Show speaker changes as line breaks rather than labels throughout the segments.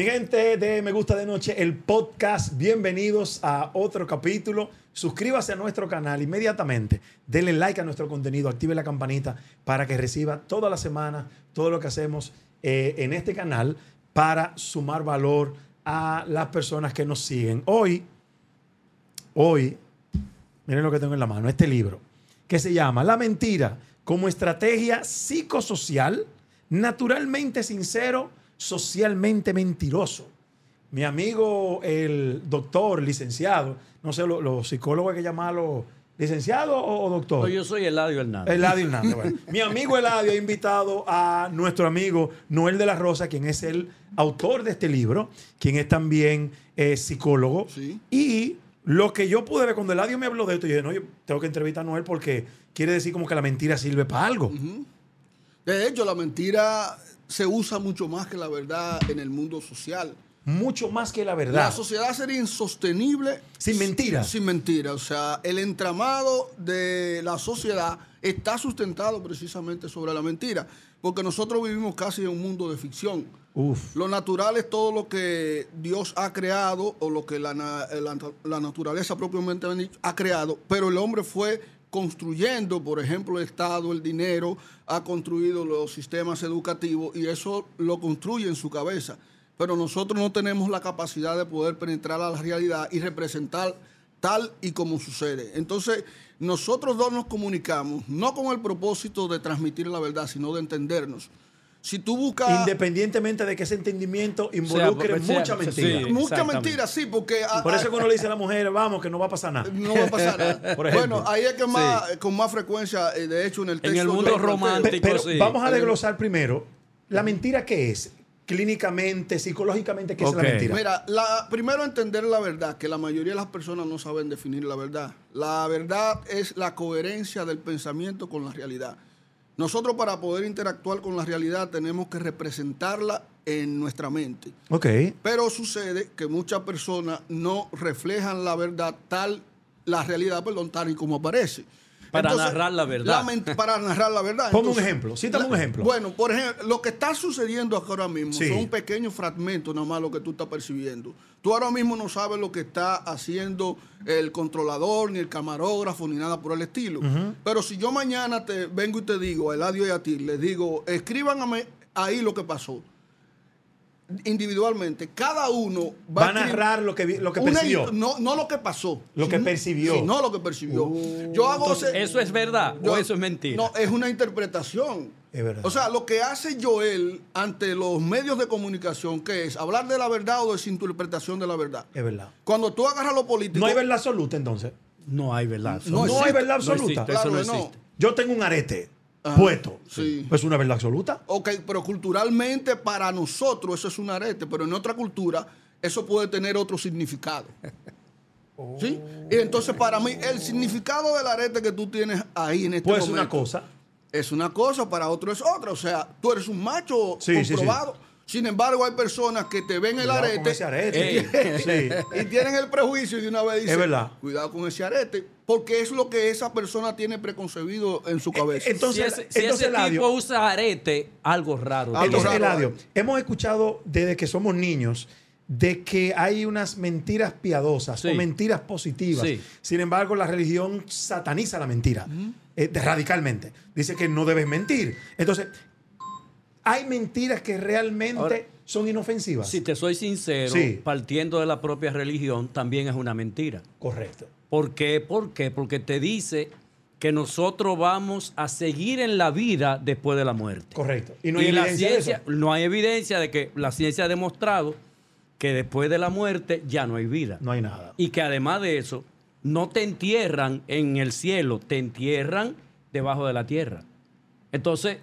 Mi gente de Me Gusta de Noche, el podcast, bienvenidos a otro capítulo. Suscríbase a nuestro canal inmediatamente, denle like a nuestro contenido, active la campanita para que reciba toda la semana todo lo que hacemos eh, en este canal para sumar valor a las personas que nos siguen. Hoy, hoy, miren lo que tengo en la mano, este libro, que se llama La mentira como estrategia psicosocial, naturalmente sincero socialmente mentiroso. Mi amigo, el doctor, licenciado, no sé, lo- los psicólogos hay que llamarlo licenciado o, o doctor.
No, yo soy Eladio Hernández.
Eladio Hernández. bueno. Mi amigo Eladio ha invitado a nuestro amigo Noel de la Rosa, quien es el autor de este libro, quien es también eh, psicólogo.
Sí.
Y lo que yo pude ver cuando Eladio me habló de esto, yo dije, no, yo tengo que entrevistar a Noel porque quiere decir como que la mentira sirve para algo.
De hecho, la mentira se usa mucho más que la verdad en el mundo social.
Mucho más que la verdad.
La sociedad sería insostenible
Sin mentira.
Sin, mentira. O sea, el entramado de la sociedad está sustentado precisamente sobre la mentira. Porque nosotros vivimos casi en un mundo de ficción.
Uf.
Lo natural es todo lo que Dios ha creado o lo que la, na- la- la naturaleza propiamente dicho ha creado, pero el hombre fue construyendo, por ejemplo, el Estado, el dinero, ha construido los sistemas educativos y eso lo construye en su cabeza. Pero nosotros no tenemos la capacidad de poder penetrar a la realidad y representar tal y como sucede. Entonces, nosotros dos nos comunicamos, no con el propósito de transmitir la verdad, sino de entendernos. Si tú buscas...
Independientemente de que ese entendimiento
O
involucre
sea,
mucha
o sea,
mentira.
sí.
Mucha
Exactamente.
mentira, sí, porque a-
Por eso
a-
que uno le dice a la mujer, vamos, que no va a pasar nada.
no va a pasar nada.
Por ejemplo.
Bueno, ahí es que más, con más frecuencia, eh, de hecho, en el texto...
el
yo
mundo
lo planteo.
romántico.
Pe- Pero
sí.
vamos a desglosar primero, ¿la mentira qué es? Clínicamente, psicológicamente, ¿qué
Ok.
es la mentira?
Mira, la, primero entender la verdad, que la mayoría de las personas no saben definir la verdad. La verdad es la coherencia del pensamiento con la realidad. Nosotros para poder interactuar con la realidad tenemos que representarla en nuestra mente.
Ok.
Pero sucede que muchas personas no reflejan la verdad tal, la realidad, perdón, tal y como aparece.
Para narrar la verdad.
la men- para narrar la verdad.
Ponme un
Entonces,
ejemplo, cítame un ejemplo.
bueno, por ejemplo, lo que está sucediendo acá ahora mismo
Sí.
son un pequeño fragmento nada más lo que tú estás percibiendo. Tú ahora mismo no sabes lo que está haciendo el controlador, ni el camarógrafo, ni nada por el estilo. Pero si yo mañana te vengo y te digo, a Eladio y a ti, les digo, escríbanme ahí lo que pasó. Individualmente, cada uno
va a
escribir
narrar lo que, vi- lo que
una-
percibió.
No, no lo que pasó.
Lo que
Sí,
percibió. Uh,
no lo que percibió. yo hago ese-
¿Eso es verdad
yo-
o eso es mentira?
No, es una interpretación.
Es verdad.
O sea, lo que hace Joel ante los medios de comunicación, que es hablar de la verdad o de su interpretación de la verdad.
Es verdad.
Cuando tú agarras lo político.
No hay verdad absoluta entonces.
No hay verdad.
No
No,
existe.
hay verdad
No
absoluta.
existe. eso no
que
existe.
Yo tengo un arete
Ajá.
puesto.
Ah, Sí. Este
Pues una verdad absoluta.
Ok, pero culturalmente para nosotros eso es un arete, pero en otra cultura eso puede tener otro significado.
Oh.
¿Sí? Y entonces para mí el significado del arete que tú tienes ahí en este
Pues
momento
una cosa.
es una cosa, para otro es otra. O sea, tú eres un macho
Sí, sí, sí.
comprobado. Sin embargo, hay personas que te ven el
Cuidado con
arete,
ese arete. Sí.
y tienen el prejuicio y de una vez dicen,
verdad.
cuidado con ese arete, porque es lo que esa persona tiene preconcebido en su cabeza.
Eh, Entonces,
si ese, si
entonces
ese
Eladio-
tipo usa arete, algo raro.
Algo
Entonces,
tiene.
raro.
Eladio, hemos escuchado desde que somos niños de que hay unas mentiras piadosas
Sí.
o mentiras positivas.
Sí.
Sin embargo, la religión sataniza la mentira eh, de- radicalmente. Dice que no debes mentir. Entonces, hay mentiras que realmente
Ahora-
son inofensivas.
Si te soy sincero,
Sí.
partiendo de la propia religión, también es una mentira.
Correcto.
¿Por qué? ¿Por qué? Porque te dice que nosotros vamos a seguir en la vida después de la muerte.
Correcto.
Y,
Y no hay
la
evidencia de eso.
ciencia, no hay evidencia de que la ciencia ha demostrado que después de la muerte ya no hay vida.
No hay nada.
Y que además de eso, no te entierran en el cielo, te entierran debajo de la tierra. Entonces,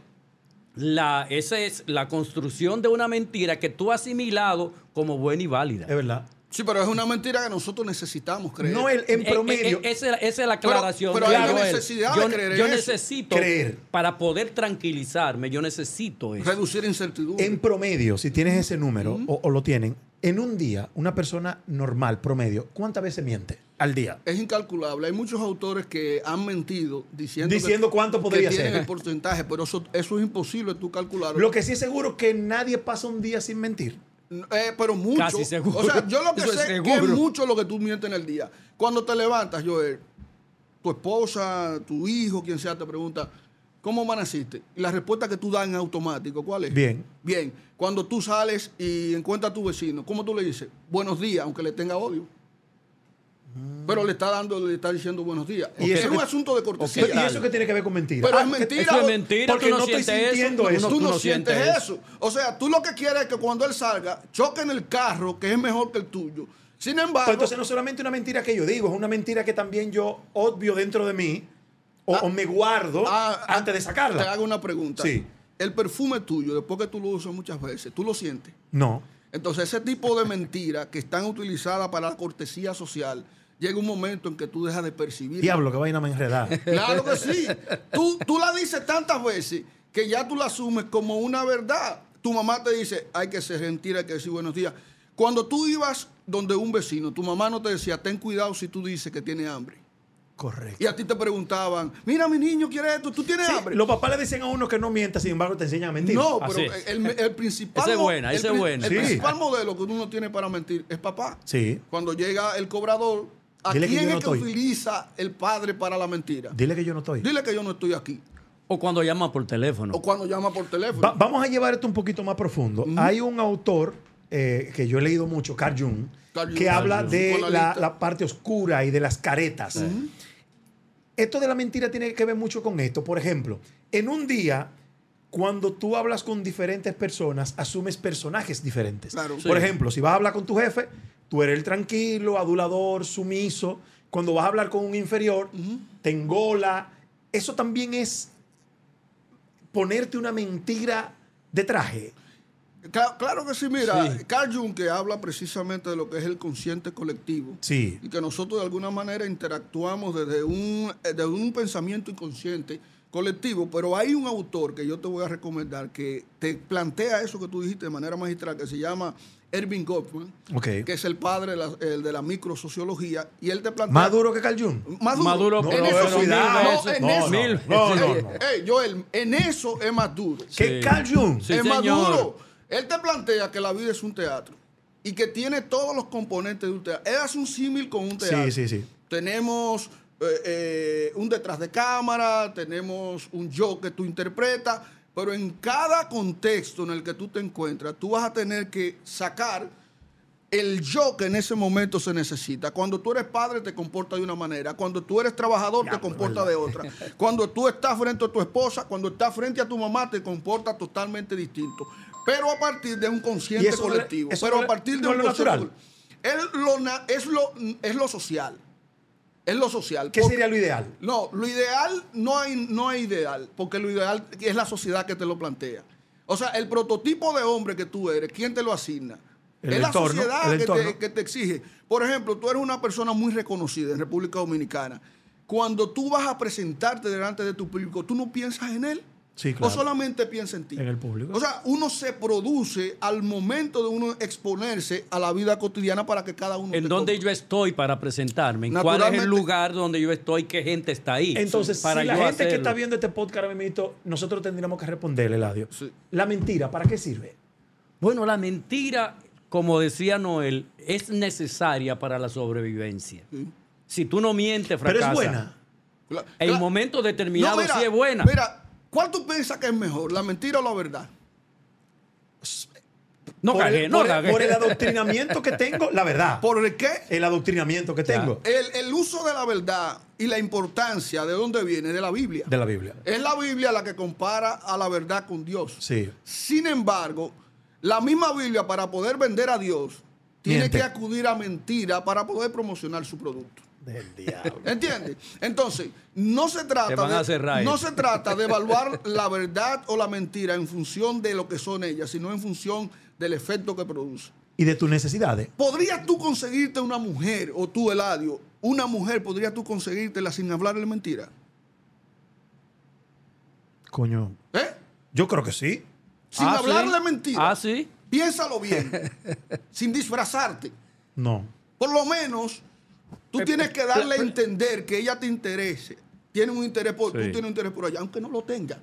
la, esa es la construcción de una mentira que tú has asimilado como buena y válida.
es verdad.
sí, pero es una mentira que nosotros necesitamos creer.
No el,
Eh,
en
eh,
promedio.
eh, esa, es la- esa es la
Pero-
aclaración.
pero
de
hay una
Joel.
necesidad
yo,
de creer en
yo
eso.
necesito,
Creer.
para poder tranquilizarme, yo necesito eso.
Reducir incertidumbre.
En promedio, si tienes ese número o, o lo tienen, en un día, una persona normal, promedio, ¿cuántas veces miente al día?
es incalculable. Hay muchos autores que han mentido diciendo,
Diciendo cuánto
que
podría
tienen
ser.
el porcentaje, pero eso, eso es imposible tú calcularlo.
Lo que sí es seguro que nadie pasa un día sin mentir.
Eh, pero mucho.
Casi seguro.
O sea, yo lo que
Eso es
sé es que es
seguro.
mucho lo que tú mientes en el día. Cuando te levantas, Joel, tu esposa, tu hijo, quien sea, te pregunta, ¿cómo amaneciste? Y la respuesta que tú das en automático, ¿cuál es?
Bien.
Bien. Cuando tú sales y encuentras a tu vecino, ¿cómo tú le dices? Buenos días, aunque le tenga odio.
Mm.
Pero le está dando, le está diciendo buenos días.
Y
Es
eso
un
que-
asunto de cortesía.
¿Y eso que tiene que ver con mentiras?
Pero es
que-
mentira.
Eso es mentira,
Porque
tú no,
no estoy
sientes
sintiendo
eso.
eso.
Tú, no, sientes eso. O sea, tú lo que quieres es que cuando él salga, choque en el carro que es mejor que el tuyo. Sin embargo,
Pues entonces no solamente una mentira que yo digo, es una mentira que también yo obvio dentro de mí o, o me guardo
ah, ah,
antes de
Te
sacarla.
hago una pregunta.
Sí.
El perfume tuyo, después que tú lo usas muchas veces, tú lo sientes.
No.
Entonces, ese tipo de mentiras que están utilizadas para la cortesía social, llega un momento en que tú dejas de percibir.
Diablo, que vaina me enredada.
Claro que sí. Tú, tú la dices tantas veces que ya tú la asumes como una verdad. Tu mamá te dice, hay que ser gentil, hay que decir buenos días. Cuando tú ibas donde un vecino, tu mamá no te decía, ten cuidado si tú dices que tiene hambre.
Correcto.
Y a ti te preguntaban, mira mi niño quiere esto, tú tienes
Sí, Ah,
hambre.
los papás le dicen a uno que no mienta, sin embargo te enseñan a mentir.
No,
Así
pero eh.
es.
el, el principal.
Esa es
mo-
buena,
el
esa es
pri-
buena.
El
Sí.
principal modelo que uno tiene para mentir es papá.
Sí.
Cuando llega el cobrador, ¿a
Dile que yo
quién es
no
que
estoy.
utiliza el padre para la mentira?
Dile que yo no estoy.
Dile que yo no estoy aquí.
O cuando llaman por teléfono.
O cuando llama por teléfono.
Va- vamos a llevar esto un poquito más profundo. Hay un autor eh, que yo he leído mucho, Carl Jung,
Carl Jung.
que
Carl
habla
Jung.
de la,
Psicoanalista.
la parte oscura y de las caretas. Esto de la mentira tiene que ver mucho con esto. Por ejemplo, en un día, cuando tú hablas con diferentes personas, asumes personajes diferentes.
Claro.
Por
Sí.
ejemplo, si vas a hablar con tu jefe, tú eres el tranquilo, adulador, sumiso. Cuando vas a hablar con un inferior, te engola. Eso también es ponerte una mentira de traje.
Cla- Claro, que sí, mira,
Sí.
Carl Jung que habla precisamente de lo que es el consciente colectivo
Sí.
y que nosotros de alguna manera interactuamos desde un, eh, desde un pensamiento inconsciente colectivo, pero hay un autor que yo te voy a recomendar que te plantea eso que tú dijiste de manera magistral, que se llama Erving Goffman,
Ok.
que es el padre de la, el de la microsociología, y él te plantea...
Más duro que Carl Jung.
Más duro.
Más duro,
en
pero-
eso
pero
sí,
mil
no,
veces.
en
No,
eso.
no,
mil
no,
veces.
no, no.
Eh, eh, Joel, en eso es más duro.
Que
Sí.
Carl Jung.
Sí,
es más
señor.
duro. Él te plantea que la vida es un teatro y que tiene todos los componentes de un teatro. Él hace un símil con un teatro.
Sí, sí, sí.
Tenemos eh, eh, un detrás de cámara, tenemos un yo que tú interpretas, pero en cada contexto en el que tú te encuentras, tú vas a tener que sacar el yo que en ese momento se necesita. Cuando tú eres padre te comportas de una manera, cuando tú eres trabajador
pues,
te comportas de otra, cuando tú estás frente a tu esposa, cuando estás frente a tu mamá te comportas totalmente distinto. Pero a partir de un consciente
Y eso no le-
colectivo,
eso
pero
no le-
a partir de
no
un
es lo
consciente
natural.
col- Es lo, na- es, lo, es lo social. Es lo social.
¿Qué
Por-
sería lo ideal?
no, lo ideal no hay no hay ideal, porque lo ideal es la sociedad que te lo plantea. O sea, el prototipo de hombre que tú eres, ¿quién te lo asigna?
El
es la
entorno,
sociedad
el
que
entorno.
te, que te exige. Por ejemplo, tú eres una persona muy reconocida en República Dominicana. Cuando tú vas a presentarte delante de tu público, tú no piensas en él.
Sí, claro.
O solamente piensas en ti.
En el público.
O sea, uno se produce al momento de uno exponerse a la vida cotidiana para que cada uno
¿En
te
dónde
conozca.
yo estoy para presentarme? ¿En ¿Cuál es el
Naturalmente-
lugar donde yo estoy? ¿Qué gente está ahí?
Entonces,
Para
si la
yo
gente que
hacerlo.
está viendo este podcast ahora mismo, nosotros tendríamos que responderle, Eladio.
Sí.
La mentira, ¿para qué sirve?
Bueno, la mentira, como decía Noel, es necesaria para la sobrevivencia. Si tú no mientes,
Pero
fracasa.
es buena.
Cla-
En
cla-
momentos determinados
No, mira,
sí es buena.
Mira, ¿cuál tú piensas que es mejor, la mentira o la verdad?
no
por,
cagué,
el,
no
por el-
cagué.
por el adoctrinamiento que tengo, la verdad.
¿Por el qué?
el adoctrinamiento que tengo
El, el uso de la verdad y la importancia de dónde viene, de la Biblia.
de la Biblia.
Es la Biblia la que compara a la verdad con Dios.
Sí.
Sin embargo, la misma Biblia para poder vender a Dios tiene
Miente.
que acudir a mentira para poder promocionar su producto.
Del diablo.
¿Entiendes? Entonces, no se
Te
trata
van a
de,
cerrar.
no se trata de evaluar la verdad o la mentira en función de lo que son ellas, sino en función del efecto que produce.
y de tus necesidades.
¿Podrías tú conseguirte una mujer o tú, Eladio, una mujer, podrías tú conseguírtela sin hablarle mentira?
Coño.
¿Eh?
Yo creo que sí.
Sin
Ah, sí.
hablarle mentira.
Ah, sí.
Piénsalo bien. sin disfrazarte.
No.
Por lo menos, tú
Eh,
tienes
eh,
que darle a
pero-
entender que ella te interese. Tiene un interés por, tú
Sí.
tienes un interés por allá, aunque no lo tenga.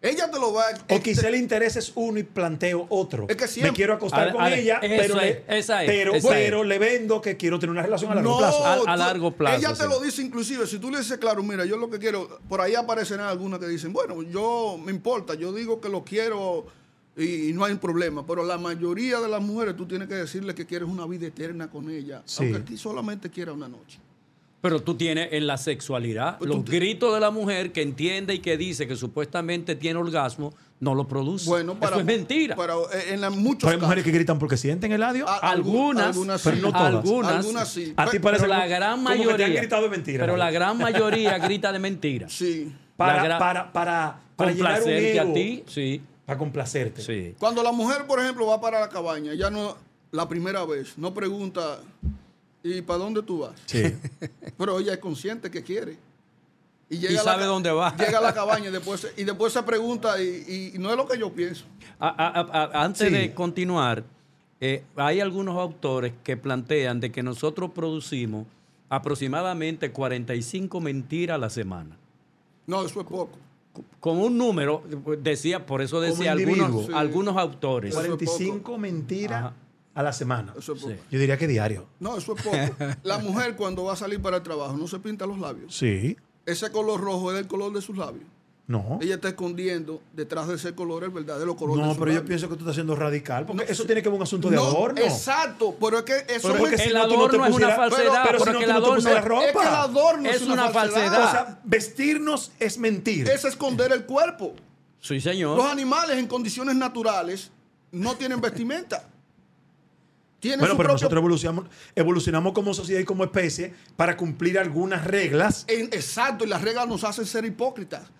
Ella te lo va a... este,
O quizá el interés es uno y planteo otro.
Es que siempre-
Me quiero acostar
A-
con
a-
ella,
esa
pero,
es,
le,
esa es,
pero,
esa es.
pero le vendo que quiero tener una relación a largo plazo.
A- a
tú-
largo plazo,
Ella te
sí.
lo dice inclusive, si tú le dices, claro, mira, yo lo que quiero, por ahí aparecerán algunas que dicen, bueno, yo me importa, yo digo que lo quiero y, y no hay un problema, pero la mayoría de las mujeres tú tienes que decirle que quieres una vida eterna con ella,
Sí.
aunque ti solamente quiera una noche.
Pero tú tienes en la sexualidad
Pues tú
los
te-
gritos de la mujer que entiende y que dice que supuestamente tiene orgasmo, no lo produce.
Bueno, para,
Eso es mentira.
Para, eh, en la- muchos
Pero hay mujeres
casos.
que gritan porque sienten el adiós.
Ah,
A-
algunas,
algunas
pero
sí,
no todas.
algunas,
Algunas sí.
A ti
Pe-
parece
pero la
como-
gran
como que te
mayoría.
han gritado de mentira,
Pero la
Raúl.
gran mayoría grita de mentira.
sí.
Para,
la gra-
para, para, para
Con
llenar un
placer que a
ego,
ti. Sí,
Para complacerte.
sí.
Cuando la mujer, por ejemplo, va para la cabaña, ya no, la primera vez, no pregunta, ¿y para dónde tú vas?
Sí.
Pero ella es consciente que quiere. Y, llega
Y
a la
sabe
ca-
dónde va.
Llega a la cabaña y después, se- y después se pregunta, y, y no es lo que yo pienso.
A- a- a- a- antes
Sí.
de continuar, eh, hay algunos autores que plantean de que nosotros producimos aproximadamente 45 mentiras a la semana.
No, eso es poco.
Con un número, decía, por eso decía
individuo.
algunos,
Sí.
algunos autores.
Bueno.
45 mentiras
Ajá.
a la semana.
Eso es
Sí.
poco.
Yo diría que diario.
No, eso es poco. La mujer cuando va a salir para el trabajo no se pinta los labios.
Sí.
Ese color rojo es el color de sus labios.
No.
Ella está escondiendo detrás de ese color el verdadero color de
No,
sus
pero yo
labios.
pienso que tú estás siendo radical. Porque eso tiene que ver un asunto de
No,
adorno.
Exacto, pero es que eso
Pero
es
porque
el
si no, tú no te
adorno es una
pusieras-
falsedad,
Pero, pero si
porque
no,
el
tú no te
adorno
pusieras
es-
ropa.
Es que el adorno es,
Es una
O
falsedad.
sea, vestirnos es mentir.
Es esconder el cuerpo.
Sí, señor.
Los animales en condiciones naturales no tienen vestimenta. Tienen
Bueno,
su
pero
propio...
nosotros evolucionamos, evolucionamos como sociedad y como especie para cumplir algunas reglas.
En- exacto, y las reglas nos hacen ser hipócritas.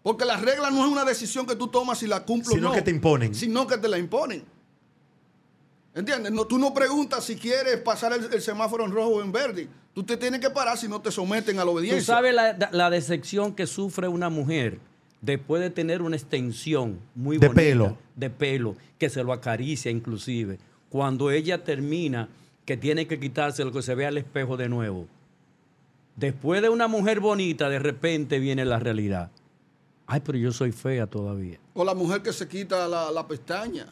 Porque las reglas no es una decisión que tú tomas si la cumplo
Sino
o no.
que te imponen.
Sino que te la imponen. ¿Entiendes? No, tú no preguntas si quieres pasar el, el semáforo en rojo o en verde. Tú te tienes que parar si no te someten a la
Tú
obediencia.
sabes la, la decepción que sufre una mujer después de tener una extensión muy
De
bonita,
pelo.
de pelo, que se lo acaricia inclusive. Cuando ella termina, que tiene que quitarse lo que se ve al espejo de nuevo. Después de una mujer bonita, de repente viene la realidad. Ay, pero yo soy fea todavía.
O la mujer que se quita la, la pestaña.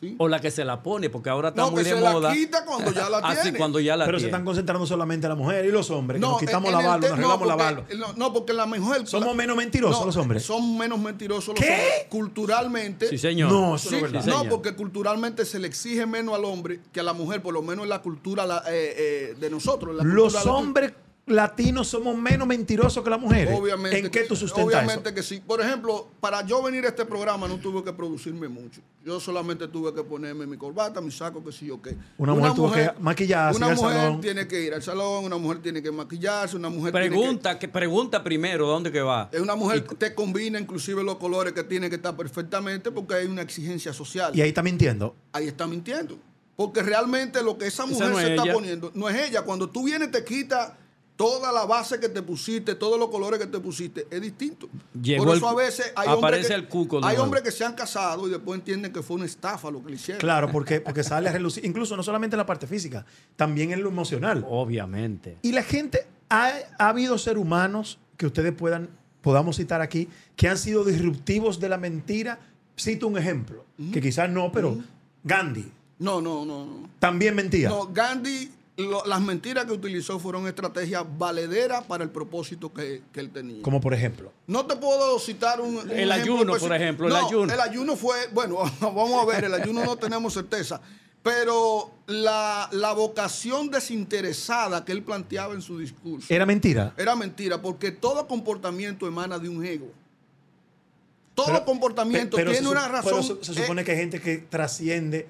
¿Sí?
O la que se la pone, porque ahora está
No,
muy
que
de
se
moda.
la quita cuando ya la
Así,
tiene.
cuando ya la
pero se
tiene.
están concentrando solamente en la mujer y los hombres. que nos quitamos
en-
la
en el
barba,
te-
nos arreglamos la
no,
barba.
porque- No, no, porque la mujer.
Somos
la-
menos mentirosos
no,
los hombres.
Son menos mentirosos los
¿Qué?
hombres. Culturalmente.
Sí, señor.
No,
Sí,
eso no es verdad.
Sí,
no,
señor.
porque culturalmente se le exige menos al hombre que a la mujer, por lo menos en la cultura la- eh, eh, de nosotros. la
Los
cultura latina.
hombres latinos somos menos mentirosos que las mujeres.
Obviamente.
¿En
que
qué tú
sí.
sustentas eso?
Obviamente que sí. Por ejemplo, para yo venir a este programa no tuve que producirme mucho. Yo solamente tuve que ponerme mi corbata, mi saco, qué sé yo qué.
Una mujer tuvo que maquillarse,
Una
ir al
mujer
salón.
tiene que ir al salón, una mujer tiene que maquillarse, una mujer tiene
Pregunta, que... pregunta primero, ¿dónde que va?
que... Es una mujer que te combina inclusive los colores que tiene que estar perfectamente porque hay una exigencia social.
Y ahí está mintiendo.
Ahí está mintiendo. Porque realmente lo que esa
Esa
mujer
no
se
es
está
ella.
poniendo no es ella. Cuando tú vienes te quita toda la base que te pusiste, todos los colores que te pusiste, es distinto.
Llegó
Por
el-
eso a veces hay,
aparece
hombres, que,
el cuco de
hay
nuevo.
hombres que se han casado y después entienden que fue una estafa lo que le hicieron.
Claro, porque, porque sale a relucir. Incluso no solamente en la parte física, también en lo emocional.
Obviamente.
Y la gente, ha, ha habido seres humanos que ustedes puedan, podamos citar aquí, que han sido disruptivos de la mentira. Cito un ejemplo, que quizás no, pero Gandhi
No, no, no, no.
también mentía.
No, Gandhi, lo- las mentiras que utilizó fueron estrategias valederas para el propósito que, que él tenía.
Como por ejemplo.
No te puedo citar un. un
El ayuno,
ejemplo específico.
por ejemplo, el
No,
ayuno.
El ayuno fue. Bueno, vamos a ver, el ayuno no tenemos certeza. Pero la, la vocación desinteresada que él planteaba en su discurso
Era mentira.
era mentira, porque todo comportamiento emana de un ego. Todo
Pero-
comportamiento
pe- pero se
tiene
su-
una razón.
Pero se, se supone
eh,
que hay gente que trasciende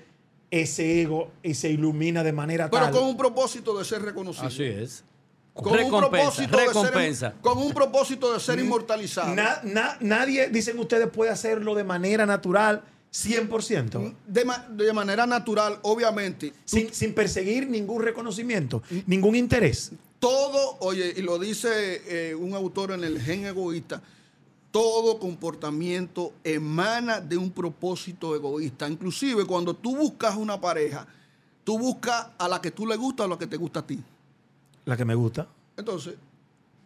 ese ego y se ilumina de manera
pero
tal.
con un propósito de ser reconocido.
Así es.
Con un
recompensa,
propósito
recompensa.
De ser, con un propósito de ser inmortalizado.
Na- na- nadie, dicen ustedes, puede hacerlo de manera natural 100%.
De, ma- de manera natural, obviamente.
Sin, sin perseguir ningún reconocimiento,
Mm.
ningún interés.
Todo, oye, y lo dice eh, un autor en el gen egoísta, todo comportamiento emana de un propósito egoísta. Inclusive cuando tú buscas una pareja, tú buscas a la que tú le gusta o a la que te gusta a ti.
La que me gusta.
Entonces,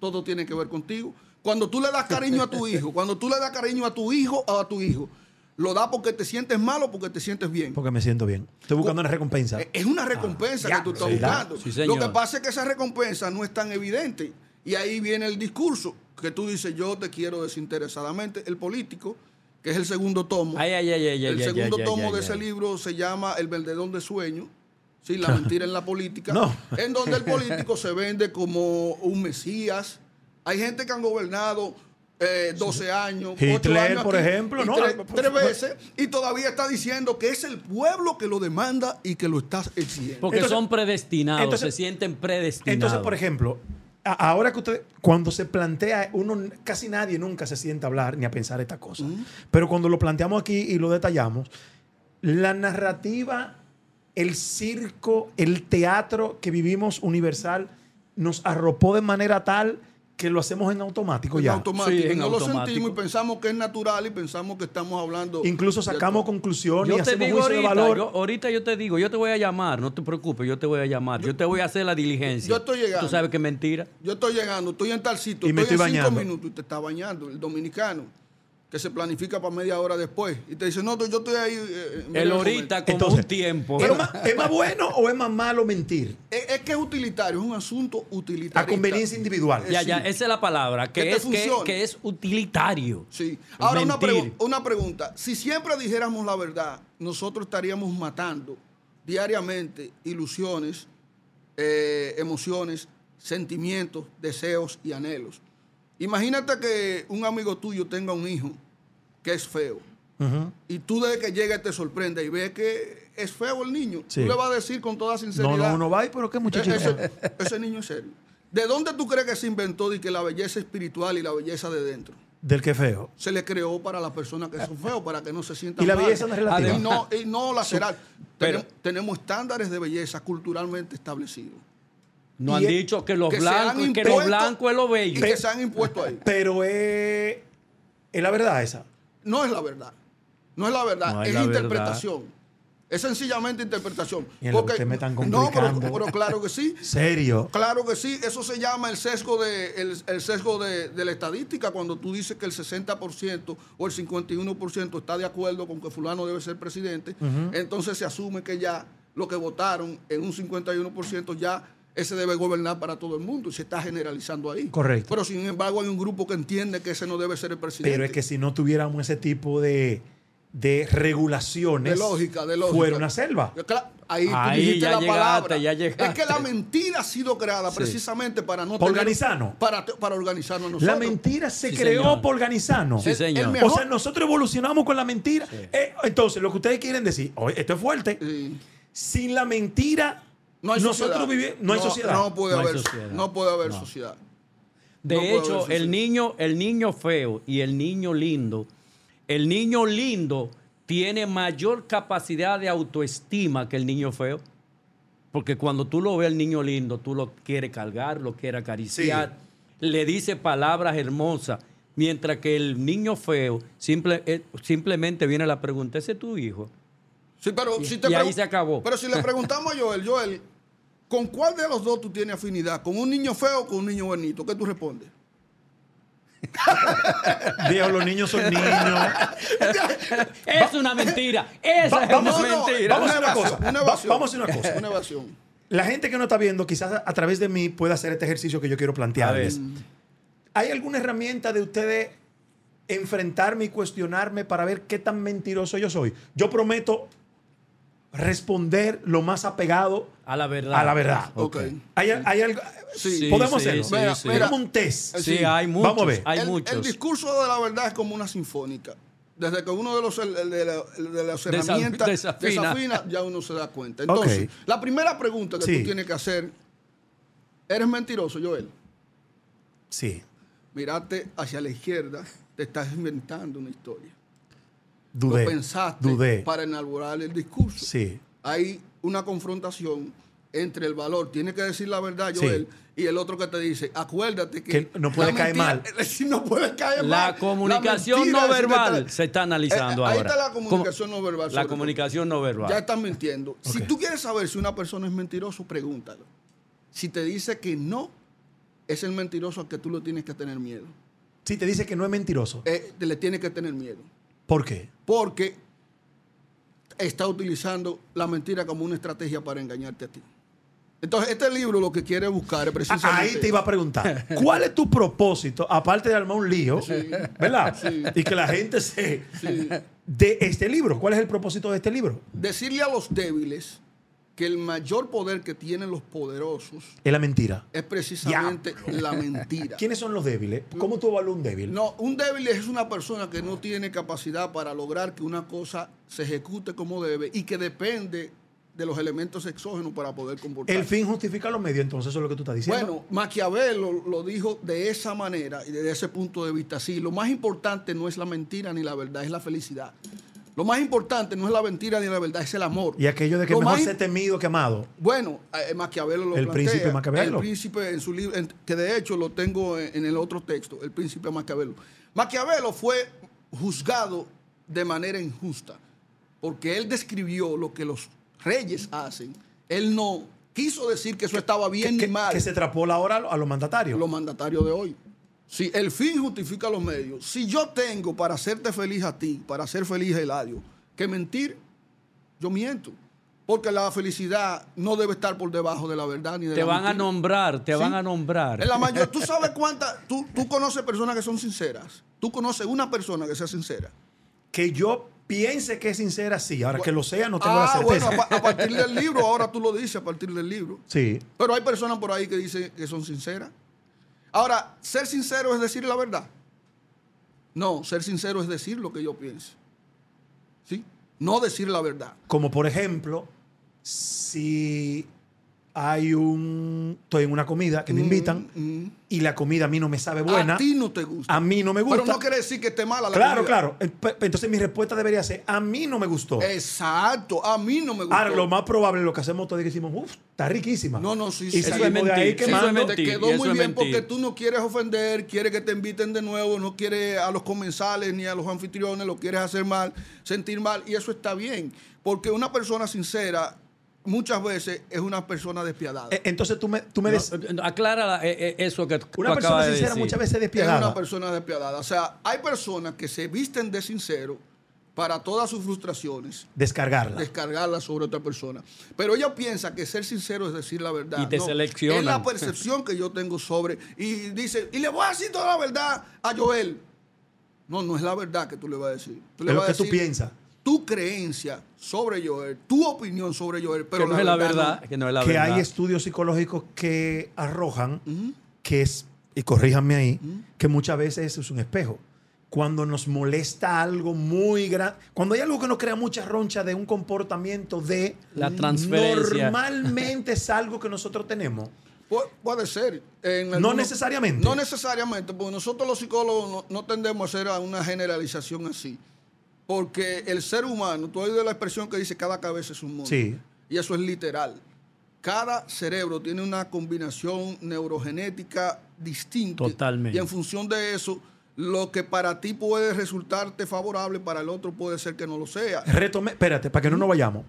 todo tiene que ver contigo. Cuando tú le das cariño a tu hijo, cuando tú le das cariño a tu hijo o a tu hijo, lo da porque te sientes mal o porque te sientes bien.
Porque me siento bien. Estoy buscando una recompensa.
Eh, Es una recompensa que tú estás
sí, claro.
buscando.
Ah, Sí, señor.
Lo que pasa es que esa recompensa no es tan evidente. Y ahí viene el discurso que tú dices, yo te quiero desinteresadamente. El político, que es el segundo tomo.
Ay, ay, ay, ay,
el
ay, ay,
segundo
ay, ay,
tomo
ay,
de
ay.
ese libro se llama El Vendedor de Sueños. Sí, la mentira en la política.
No.
En donde el político se vende como un mesías. Hay gente que han gobernado eh, 12 años. ocho
Hitler,
años
por ejemplo,
y
¿no?
tres-
Ah, pues,
tres
pues,
veces y todavía está diciendo que es el pueblo que lo demanda y que lo está exigiendo.
Porque
Entonces-
son predestinados,
entonces-
se sienten predestinados.
Entonces, por ejemplo, a- ahora que usted, cuando se plantea, uno n- casi nadie nunca se sienta a hablar ni a pensar esta cosa. Pero cuando lo planteamos aquí y lo detallamos, la narrativa, el circo, el teatro que vivimos universal nos arropó de manera tal que lo hacemos en automático
En
ya.
automático.
Sí, en
no lo
automático.
sentimos y pensamos que es natural y pensamos que estamos hablando.
Incluso
de
sacamos
todo.
conclusiones y
yo te
hacemos
digo
juicio
ahorita,
de valor.
yo- ahorita yo te digo, yo te voy a llamar, no te preocupes, yo te voy a llamar, yo te voy a hacer la diligencia.
Yo estoy llegando.
Tú sabes que es mentira.
Yo estoy llegando, estoy en tal sitio,
Y me
estoy,
estoy
en
bañando.
cinco minutos y te está bañando el dominicano que se planifica para media hora después y te dice no, yo estoy ahí. eh, en medio
El
del
ahorita
momento".
como
Entonces,
un tiempo.
¿es más- ¿Es más bueno o es más malo mentir?
Es, es que es utilitario, es un asunto
A
utilitario.
conveniencia individual.
Ya,
sí.
ya, esa es la palabra, que,
Que
es,
te
que,
funcione.
que es utilitario.
Sí. Ahora una,
Mentir.
pregu- una pregunta. Si siempre dijéramos la verdad, nosotros estaríamos matando diariamente ilusiones, eh, emociones, sentimientos, deseos y anhelos. Imagínate que un amigo tuyo tenga un hijo que es feo.
Ujú.
Y tú desde que llega te sorprende y ves que es feo el niño.
Sí.
Tú le vas a decir con toda
No,
sinceridad. "E-,
no, uno va y pero qué muchachito.
Ese, ese niño es serio. ¿De dónde tú crees que se inventó de que la belleza espiritual y la belleza de dentro?
Del que feo.
se le creó para las personas que son feos, para que no se sientan
Y la
mal.
belleza no es relativa.
Y no, y no lacerar.
Pero-
tenemos, tenemos estándares de belleza culturalmente establecidos.
No
Y
han
es-
dicho que los
que se han
blancos, que lo
impuesto-
blanco es lo
Y
bello.
que se han impuesto ahí.
Pero es, es la verdad esa.
No es la verdad. No es la verdad.
No es
es
la
interpretación. Es sencillamente interpretación.
Mira, ustedes me están
no, pero,
complicando.
pero claro que sí.
Serio.
Claro que sí, eso se llama el sesgo de, el, el sesgo de, de la estadística, cuando tú dices que el 60% o el 51% está de acuerdo con que fulano debe ser presidente, entonces se asume que ya lo que votaron en un 51% ya ese debe gobernar para todo el mundo y se está generalizando ahí.
Correcto.
Pero sin embargo hay un grupo que entiende que ese no debe ser el presidente.
Pero es que si no tuviéramos ese tipo de, de regulaciones.
De lógica, de lógica.
Fuera una selva.
Yo, claro, Ahí, tú
Ahí
dijiste
ya
la
llegaste,
palabra.
ya llegaste.
Es que la mentira ha sido creada
Sí.
precisamente para no
Para organizarnos.
Para, te- para organizarnos
La
nosotros.
mentira se
Sí,
creó
señor.
por organizarnos.
Sí,
El-
señor.
el mejor-
o sea, nosotros evolucionamos con la mentira. Eh, entonces, lo que ustedes quieren decir, oye, esto es fuerte.
Sí.
Sin la mentira,
No hay
nosotros
sociedad.
vivimos. No, hay sociedad.
No pues. puede
No hay
haber
sociedad.
No puede haber
No.
sociedad.
De
No puedo
hecho,
ver eso,
el
sí.
niño, el niño feo y el niño lindo, el niño lindo tiene mayor capacidad de autoestima que el niño feo. Porque cuando tú lo ves al niño lindo, tú lo quieres cargar, lo quieres acariciar, le dices palabras hermosas. Mientras que el niño feo simple, eh, simplemente viene la pregunta, ¿ese es tu hijo?
Sí, pero si te
y ahí
pregun-
se acabó.
Pero si le preguntamos a Joel, Joel, ¿con cuál de los dos tú tienes afinidad? ¿Con un niño feo o con un niño bonito? ¿Qué tú respondes?
Dios, los niños son niños.
Es una mentira, esa
va-
es
vamos-
una
no, no,
mentira.
vamos a hacer una
evasión,
cosa.
una
Va-
evasión.
vamos a hacer una cosa.
Una evasión.
La gente que no está viendo, quizás a, a través de mí pueda hacer este ejercicio que yo quiero plantearles. ¿Hay alguna herramienta de ustedes enfrentarme y cuestionarme para ver qué tan mentiroso yo soy? Yo prometo responder lo más apegado
A la verdad.
a la verdad.
Ok.
¿Hay, hay algo?
Sí,
podemos
sí,
hacerlo.
sí,
Mira,
sí.
mira, un test.
Sí, hay muchos.
Vamos a ver.
Hay
el,
muchos.
el discurso de la verdad es como una sinfónica. Desde que uno de los el- el- de la- el- de las
Desa-
herramientas
desafina.
desafina, ya uno se da cuenta. Entonces,
Ok.
la primera pregunta que
Sí.
tú tienes que hacer, ¿eres mentiroso, Joel?
Sí,
Mirate hacia la izquierda, te estás inventando una historia.
dudé.
Lo pensaste
dudé.
para inaugurar el discurso.
Sí.
Hay una confrontación entre el valor, tiene que decir la verdad,
Sí.
Joel, y el otro que te dice, acuérdate que,
Que no puede
la
caer
mentira-
mal.
Sí, no puede caer mal.
La comunicación
mentira
no
es que está-
verbal se está analizando
Eh, ahí
ahora.
está la comunicación
Como-
no verbal, sobre
La
todo.
comunicación no verbal.
Ya están mintiendo. Si
Ok.
tú quieres saber si una persona es mentiroso, pregúntalo. Si te dice que no, es el mentiroso al que tú lo tienes que tener miedo.
Si te dice que no es mentiroso,
eh, le tiene que tener miedo.
¿por qué?
Porque está utilizando la mentira como una estrategia para engañarte a ti. Entonces, este libro lo que quiere buscar es precisamente.
Ah, Ahí te iba a preguntar, ¿cuál es tu propósito, aparte de armar un lío, ¿verdad?
Sí.
Y que la gente se...
Sí.
De este libro, ¿cuál es el propósito de este libro?
Decirle a los débiles que el mayor poder que tienen los poderosos
Es la mentira.
es precisamente la mentira.
¿Quiénes son los débiles? ¿Cómo tú evalúas un débil?
Mm. No, un débil es una persona que no tiene capacidad para lograr que una cosa se ejecute como debe y que depende de los elementos exógenos para poder comportarse.
El fin justifica los medios, entonces eso es lo que tú estás diciendo.
Bueno, Maquiavelo lo dijo de esa manera y desde ese punto de vista. Sí, lo más importante no es la mentira ni la verdad, es la felicidad. Lo más importante no es la mentira ni la verdad, es el amor.
y aquello de que
Lo
mejor
más
ser temido que amado.
Bueno, eh, Maquiavelo lo
El
plantea.
príncipe Maquiavelo.
El príncipe en su libro, en- que de hecho lo tengo en, en el otro texto, el príncipe Maquiavelo. Maquiavelo fue juzgado de manera injusta, porque él describió lo que los reyes hacen. Él no quiso decir que eso estaba bien
que,
ni mal
que se trapó la hora a lo- a los mandatarios.
los mandatarios de hoy. Si el fin justifica los medios, si yo tengo para hacerte feliz a ti, para hacer feliz a Eladio, que mentir, yo miento. Porque la felicidad no debe estar por debajo de la verdad ni de
Te
la
van a
mentira.
nombrar, te
Sí.
van a nombrar.
En la mayor- tú sabes cuántas, tú, tú conoces personas que son sinceras. Tú conoces una persona que sea sincera.
Que yo piense que es sincera, sí. Ahora que lo sea, no tengo la
ah, bueno,
certeza.
a, pa- a partir del libro, ahora tú lo dices, a partir del libro.
sí.
Pero hay personas por ahí que dicen que son sinceras. Ahora, ser sincero es decir la verdad. No, ser sincero es decir lo que yo pienso. ¿Sí? No decir la verdad.
Como por ejemplo, si hay un. Estoy en una comida que me invitan
Mm, mm.
y la comida a mí no me sabe buena.
A ti no te gusta.
a mí no me gusta.
Pero no quiere decir que esté mala la
claro,
comida.
claro. Eh, pe- Entonces mi respuesta debería ser: a mí no me gustó.
Exacto, a mí no me gusta.
Ahora, lo más probable, lo que hacemos todos es que decimos, uff, está riquísima.
No, no, sí,
Y
sí.
Eso es
salimos de ahí
mentir, eso es
quemando. Eh,
mentir.
Te quedó
y eso
muy
es
bien
mentir.
porque tú no quieres ofender, quieres que te inviten de nuevo, no quieres a los comensales ni a los anfitriones, lo quieres hacer mal, sentir mal, y eso está bien. Porque una persona sincera muchas veces es una persona despiadada.
Eh, Entonces tú me, tú me
No,
des-
eh, no, aclara eh, eh, eso que tú
Una persona
acabas de
sincera
decir.
muchas veces es
es
despiadada.
una persona despiadada. O sea, hay personas que se visten de sincero para todas sus frustraciones,
Descargarla.
descargarlas sobre otra persona. Pero ella piensa que ser sincero es decir la verdad.
Y te
No,
seleccionan.
Es la percepción que yo tengo sobre. Y dice, y le voy a decir toda la verdad a Joel. No, no es la verdad que tú le vas a decir. Tú le
es lo
vas
que
a
tú
decir
piensas.
Tu creencia sobre Joel, tu opinión sobre Joel, pero
que no es la
no.
verdad, que no es la
que
verdad.
hay estudios psicológicos que arrojan que es, y corríjanme ahí, que muchas veces eso es un espejo. Cuando nos molesta algo muy grande, cuando hay algo que nos crea mucha roncha de un comportamiento de
La transferencia.
normalmente es algo que nosotros tenemos.
Pu- puede ser. En
No
algunos-
necesariamente.
No necesariamente, porque nosotros los psicólogos no, no tendemos a hacer a una generalización así. Porque el ser humano, tú has oído la expresión que dice cada cabeza es un mundo.
Sí.
Y eso es literal. Cada cerebro tiene una combinación neurogenética distinta.
Totalmente.
Y en función de eso, lo que para ti puede resultarte favorable, para el otro puede ser que no lo sea.
Retome, espérate, para que no nos vayamos.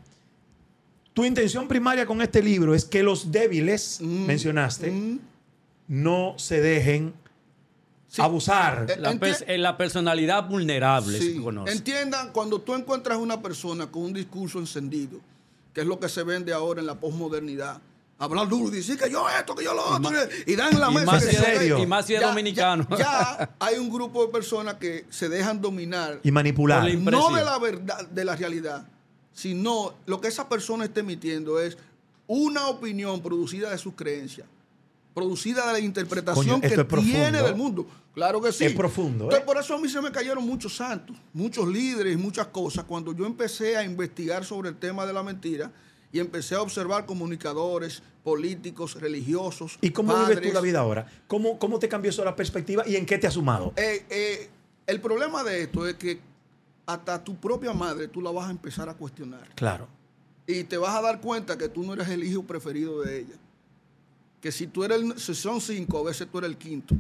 Tu intención primaria con este libro es que los débiles, mencionaste,
Mm,
no se dejen
sí.
abusar.
Eh,
la, pers- eh, la personalidad vulnerable
Sí.
se conoce.
Entiendan, cuando tú encuentras una persona con un discurso encendido, que es lo que se vende ahora en la posmodernidad, hablar duro y decir que yo esto, que yo lo otro, y dan en la
y
mesa.
más
que
si
se
es-
ve.
serio.
y más si es
Ya-
dominicano.
Ya, ya hay un grupo de personas que se dejan dominar,
y manipular.
Por la
no
impresión.
de la verdad, de la realidad, sino lo que esa persona está emitiendo es una opinión producida de sus creencias. Producida de la
Coño,
interpretación
esto es
que tiene
profundo. ¿eh?
del mundo. Claro que sí.
Es profundo,
Entonces,
¿eh?
por eso a mí se me cayeron muchos santos, muchos líderes y muchas cosas. Cuando yo empecé a investigar sobre el tema de la mentira y empecé a observar comunicadores, políticos, religiosos.
¿Y cómo vives
padres.
tú la vida ahora? ¿Cómo, ¿Cómo te cambió eso la perspectiva y en qué te has sumado?
Eh, eh, el problema de esto es que hasta tu propia madre tú la vas a empezar a cuestionar.
Claro.
Y te vas a dar cuenta que tú no eres el hijo preferido de ella. Que si tú eres, el- si son cinco, a veces tú eres el quinto.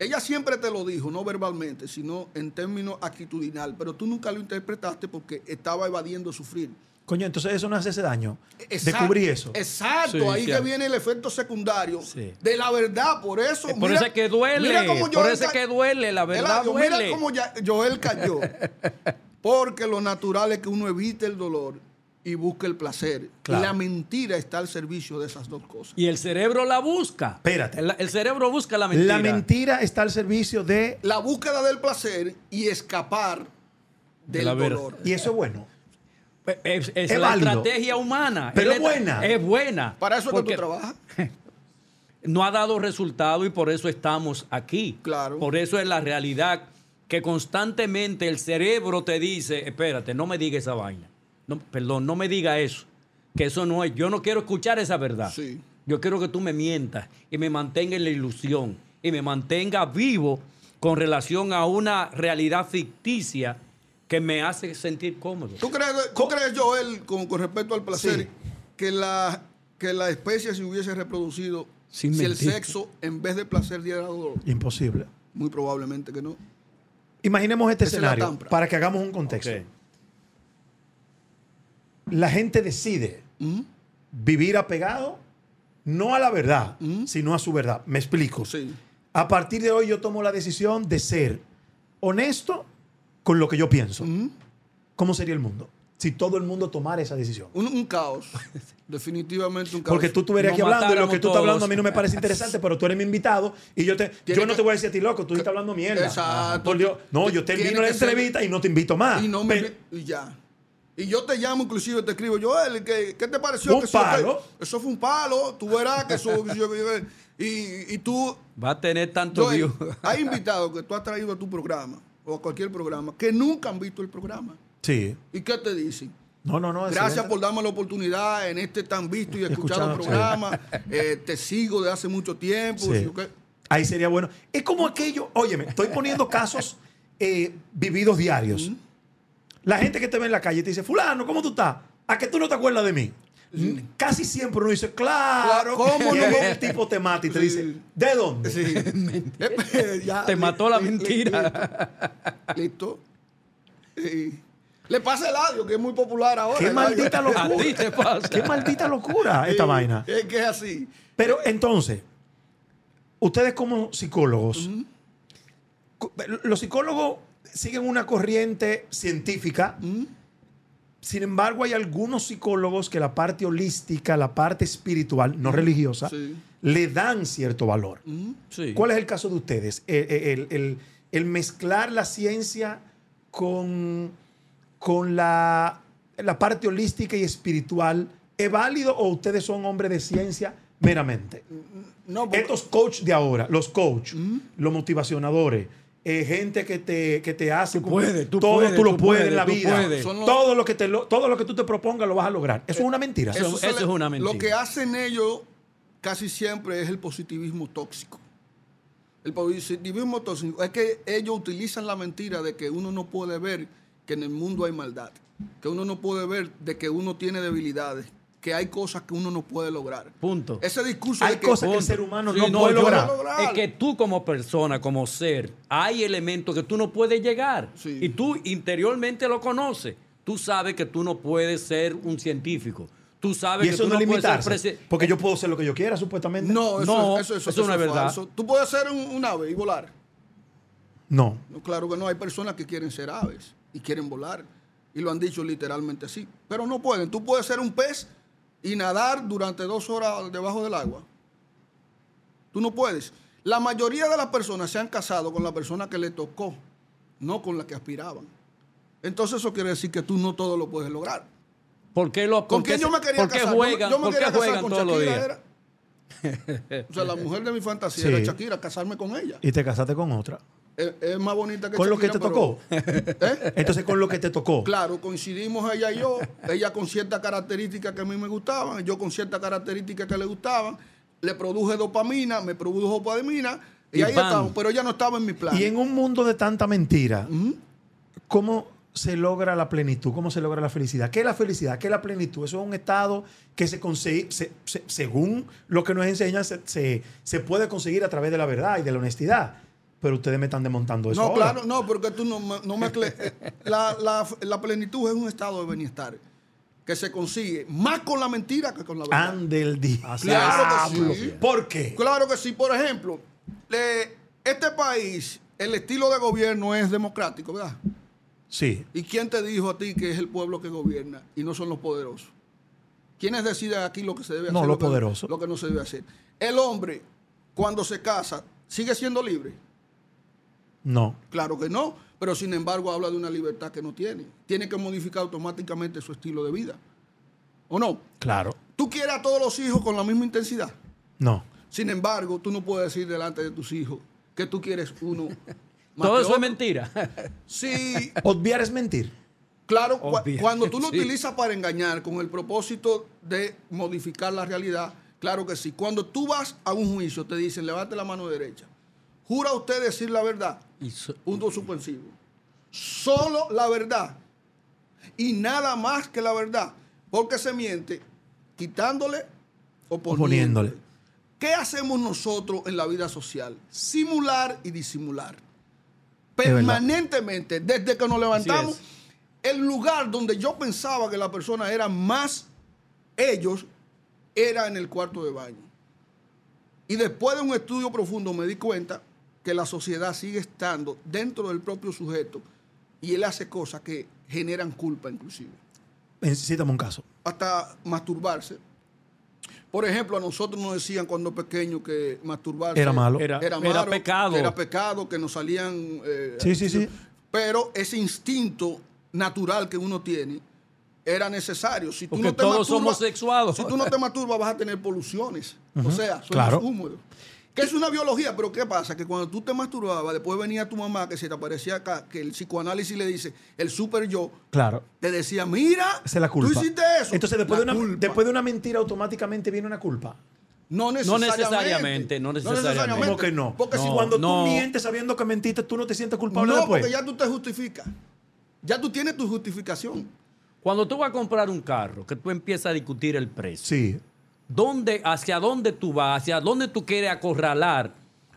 Ella siempre te lo dijo, no verbalmente, sino en términos actitudinal, pero tú nunca lo interpretaste porque estaba evadiendo sufrir.
Coño, entonces eso no hace ese daño.
Exacto,
Descubrí eso.
Exacto,
Sí,
ahí
sí.
que viene el efecto secundario
Sí.
de la verdad, por eso.
Eh, por eso es que duele, por eso es
ca-
que duele, la verdad
Eladio, mira
duele.
cómo ya- Joel cayó. Porque lo natural es que uno evite el dolor y busque el placer.
Claro.
La mentira está al servicio de esas dos cosas.
Y el cerebro la busca.
Espérate.
El, el cerebro busca la mentira.
La mentira está al servicio de...
La búsqueda del placer y escapar del
la verdad.
dolor.
Y eso es bueno.
Es, Eh, es- es
Es
la
válido.
estrategia humana.
Pero
la-
buena.
Es buena.
Para eso es que
Porque
tú trabajas.
No ha dado resultado y por eso estamos aquí.
Claro.
Por eso es la realidad que constantemente el cerebro te dice, espérate, no me diga esa vaina. No, perdón, no me diga eso. Que eso no es. Yo no quiero escuchar esa verdad.
Sí.
Yo quiero que tú me mientas y me mantenga en la ilusión y me mantenga vivo con relación a una realidad ficticia que me hace sentir cómodo.
¿Tú crees, tú crees, Joel, con, con respecto al placer,
Sí.
que, la, que la especie se hubiese reproducido
Sin
si el
mentir.
sexo en vez de placer diera dolor?
Imposible.
Muy probablemente que no.
Imaginemos este
Esa es la
escenario
tampra.
para que hagamos un contexto.
Ok.
La gente decide
Ujú.
vivir apegado no a la verdad,
Ujú.
sino a su verdad. Me explico.
Mm. Sí.
A partir de hoy yo tomo la decisión de ser honesto con lo que yo pienso.
Ujú.
¿Cómo sería el mundo? Si todo el mundo tomara esa decisión.
Un, un caos. Definitivamente un caos.
Porque tú estuvieras
Nos
aquí hablando y lo
matáramos
que tú estás hablando a
todos.
mí no me parece interesante, pero tú eres mi invitado y yo te yo
Tiene
no
que-
te voy a decir a ti, loco, tú estás hablando mierda.
Exacto.
Por Dios. No, yo
Tiene
termino la
que ser-
entrevista y no te invito más.
Y no me...
Pero-
Y ya. Y yo te llamo, inclusive te escribo, Joel, ¿qué, qué te pareció?
Un
que eso- que-
palo.
eso fue un palo. Tú verás que eso... que yo- yo- y, y tú...
Va a tener tanto
Joel,
view.
hay invitados que tú has traído a tu programa o a cualquier programa que nunca han visto el programa.
Sí.
¿Y qué te dicen?
No, no, no.
Gracias
excelente.
por darme la oportunidad en este tan visto y escuchado
Escuchado, sí.
programa. Eh, te sigo de hace mucho tiempo.
Sí.
si yo que-
Ahí sería bueno. Es como aquello, óyeme, estoy poniendo casos eh, vividos diarios. La gente que te ve en la calle y te dice, fulano, ¿cómo tú estás? ¿A que tú no te acuerdas de mí? N- Casi siempre uno dice, claro,
Claro, ¿cómo
y
no?
luego el tipo te mata y te dice,
Sí.
¿de dónde?
Eh, ya,
Te
li-
mató la
li- li-
mentira.
Listo. Sí. Le pasa el audio, que es muy popular ahora.
Qué
el
maldita
audio.
A ti te
locura.
pasa.
Qué maldita locura esta
Sí,
vaina.
Es que es así.
Pero entonces, ustedes como psicólogos, cu- los psicólogos siguen una corriente científica. Sin embargo, hay algunos psicólogos que la parte holística, la parte espiritual, no religiosa,
Sí.
le dan cierto valor.
Sí.
¿Cuál es el caso de ustedes? Eh, eh, El, el- el mezclar la ciencia con, con la, la parte holística y espiritual, ¿es válido o ustedes son hombres de ciencia meramente?
No, porque-
Estos coach de ahora, los coach, los motivacionadores, eh, gente que te, que te hace
Tú
cumplir-
puedes, tú
todo
puedes,
tú lo
tú
puedes en la
puedes, tú
vida.
puedes.
Son los-
Todo, lo que te lo- todo lo que tú te propongas lo vas a lograr. Eso es una mentira.
eso-
se
eso
le-
es una mentira.
Lo que hacen ellos casi siempre es el positivismo tóxico. El positivismo tóxico es que ellos utilizan la mentira de que uno no puede ver que en el mundo hay maldad, que uno no puede ver de que uno tiene debilidades, que hay cosas que uno no puede lograr.
Punto.
Ese discurso
Hay
de que
cosas que el
Punto.
ser humano
Sí,
no, puede
yo-
lograr.
Es que tú como persona, como ser, hay elementos que tú no puedes llegar.
Sí.
Y tú interiormente lo conoces. Tú sabes que tú no puedes ser un científico. Tú sabes
Y
que
eso
tú
no,
no,
es
puedes ser
limitarse.
presidente.
Porque yo puedo hacer lo que yo quiera, supuestamente.
No, eso,
No,
eso, eso,
eso no es verdad.
falso. Tú puedes ser un, un ave y volar.
No.
No, claro que no, hay personas que quieren ser aves y quieren volar. Y lo han dicho literalmente así. Pero no pueden. Tú puedes ser un pez y nadar durante dos horas debajo del agua. Tú no puedes. La mayoría de las personas se han casado con la persona que le tocó, no con la que aspiraban. Entonces eso quiere decir que tú no todo lo puedes lograr.
¿Por qué lo- por
¿Con
qué
quién yo
se-
me quería
por qué
casar? Yo me-
juegan,
yo me
por qué
quería casar
juegan
con
todos los
Shakira.
días?
era- o sea, la mujer de mi fantasía
Sí.
era Shakira, casarme con ella.
Y te casaste con otra.
Es, es más bonita que
¿Con lo que te
Shakira,
tocó?
pero- ¿Eh?
Entonces, con lo que te tocó.
Claro, coincidimos ella y yo, ella con ciertas características que a mí me gustaban, yo con ciertas características que le gustaban, le produje dopamina, me produjo dopamina, y,
Y
ahí
bam.
estamos, pero ella no estaba en mi plan.
Y en un mundo de tanta mentira, ¿cómo se logra la plenitud? ¿Cómo se logra la felicidad? ¿Qué es la felicidad? ¿Qué es la plenitud? Eso es un estado que se consigue, se- se- según lo que nos enseñan, se, se- se puede conseguir a través de la verdad y de la honestidad. Pero ustedes me están desmontando eso.
no,
ahora.
claro, no, porque tú no, me- no mezcles. eh, La, la- la plenitud es un estado de bienestar. que se consigue más con la mentira que con la verdad.
Ande el día.
Claro que
Diablo.
sí.
¿Por qué?
Claro que sí, por ejemplo, le- este país, el estilo de gobierno es democrático, ¿verdad?
Sí.
¿Y quién te dijo a ti que es el pueblo que gobierna y no son los poderosos? ¿Quiénes deciden aquí lo que se debe
No,
hacer?
los
lo que-
poderosos.
Lo que no se debe hacer. El hombre, cuando se casa, ¿sigue siendo libre?
No.
Claro que no, pero sin embargo habla de una libertad que no tiene. Tiene que modificar automáticamente su estilo de vida. ¿O no?
Claro.
¿Tú quieres a todos los hijos con la misma intensidad?
No.
Sin embargo, tú no puedes decir delante de tus hijos que tú quieres uno. más
Todo eso
que
es
otro.
mentira.
Sí,
Obviar es mentir.
Claro, cua-
Obvio,
cuando tú lo
sí.
utilizas para engañar con el propósito de modificar la realidad, claro que sí. Cuando tú vas a un juicio, te dicen, levante la mano derecha. ¿Jura usted decir la verdad?
Y so-
Punto suspensivo. Solo la verdad. Y nada más que la verdad. Porque se miente quitándole o poniéndole.
Oponiéndole.
¿Qué hacemos nosotros en la vida social? Simular y disimular.
verdad.
Permanentemente, desde que nos levantamos,
Así
el lugar donde yo pensaba que la persona era más ellos era en el cuarto de baño. Y después de un estudio profundo me di cuenta que la sociedad sigue estando dentro del propio sujeto y él hace cosas que generan culpa inclusive
Necesitamos un caso.
hasta masturbarse. Por ejemplo, a nosotros nos decían cuando pequeños que masturbarse
Era malo.
Era-
era
era
malo,
pecado.
que era pecado, que nos salían. eh,
Sí, sí, sí.
Pero ese instinto natural que uno tiene era necesario. Si tú
Porque
no te
todos
masturbas-
somos sexuados.
Si tú no te masturbas, vas a tener poluciones. O sea, sueños
claro.
húmedos. Que es una biología, pero ¿qué pasa? Que cuando tú te masturbabas, después venía tu mamá que se te aparecía acá, que el psicoanálisis le dice, el super yo,
Claro.
te decía, mira,
Esa es la culpa.
tú hiciste eso.
Entonces, después, de
La
una,
culpa.
después de una mentira, automáticamente viene una culpa.
No necesariamente.
necesariamente, no necesariamente.
¿Cómo que no?
Porque si
No.
cuando tú
no.
mientes sabiendo que mentiste, tú no pues. te sientes culpable
no,
después.
porque ya tú te justificas. Ya tú tienes tu justificación.
Cuando tú vas a comprar un carro, que tú empiezas a discutir el precio,
Sí.
¿dónde, ¿hacia dónde tú vas? ¿Hacia dónde tú quieres acorralar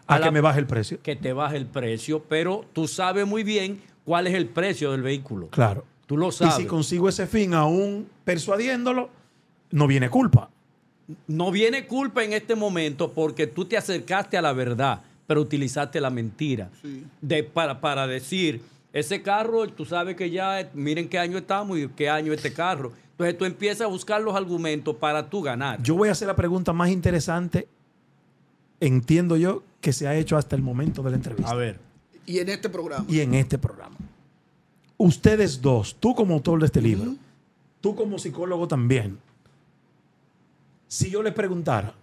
A,
a
que
la
me baje el precio.
que te baje el precio? Pero tú sabes muy bien cuál es el precio del vehículo.
Claro.
Tú lo
Y
sabes.
si consigo ese fin aún persuadiéndolo, no viene culpa.
No viene culpa en este momento porque tú te acercaste a la verdad, pero utilizaste la mentira.
Sí.
De, para, para decir, ese carro, tú sabes que ya, eh, miren qué año estamos y qué año este carro. Entonces tú empiezas a buscar los argumentos para tú ganar.
Yo voy a hacer la pregunta más interesante, entiendo yo, que se ha hecho hasta el momento de la entrevista.
a ver,
Y en este programa.
y en este programa. Ustedes dos, tú como autor de este libro, tú como psicólogo también, si yo les preguntara,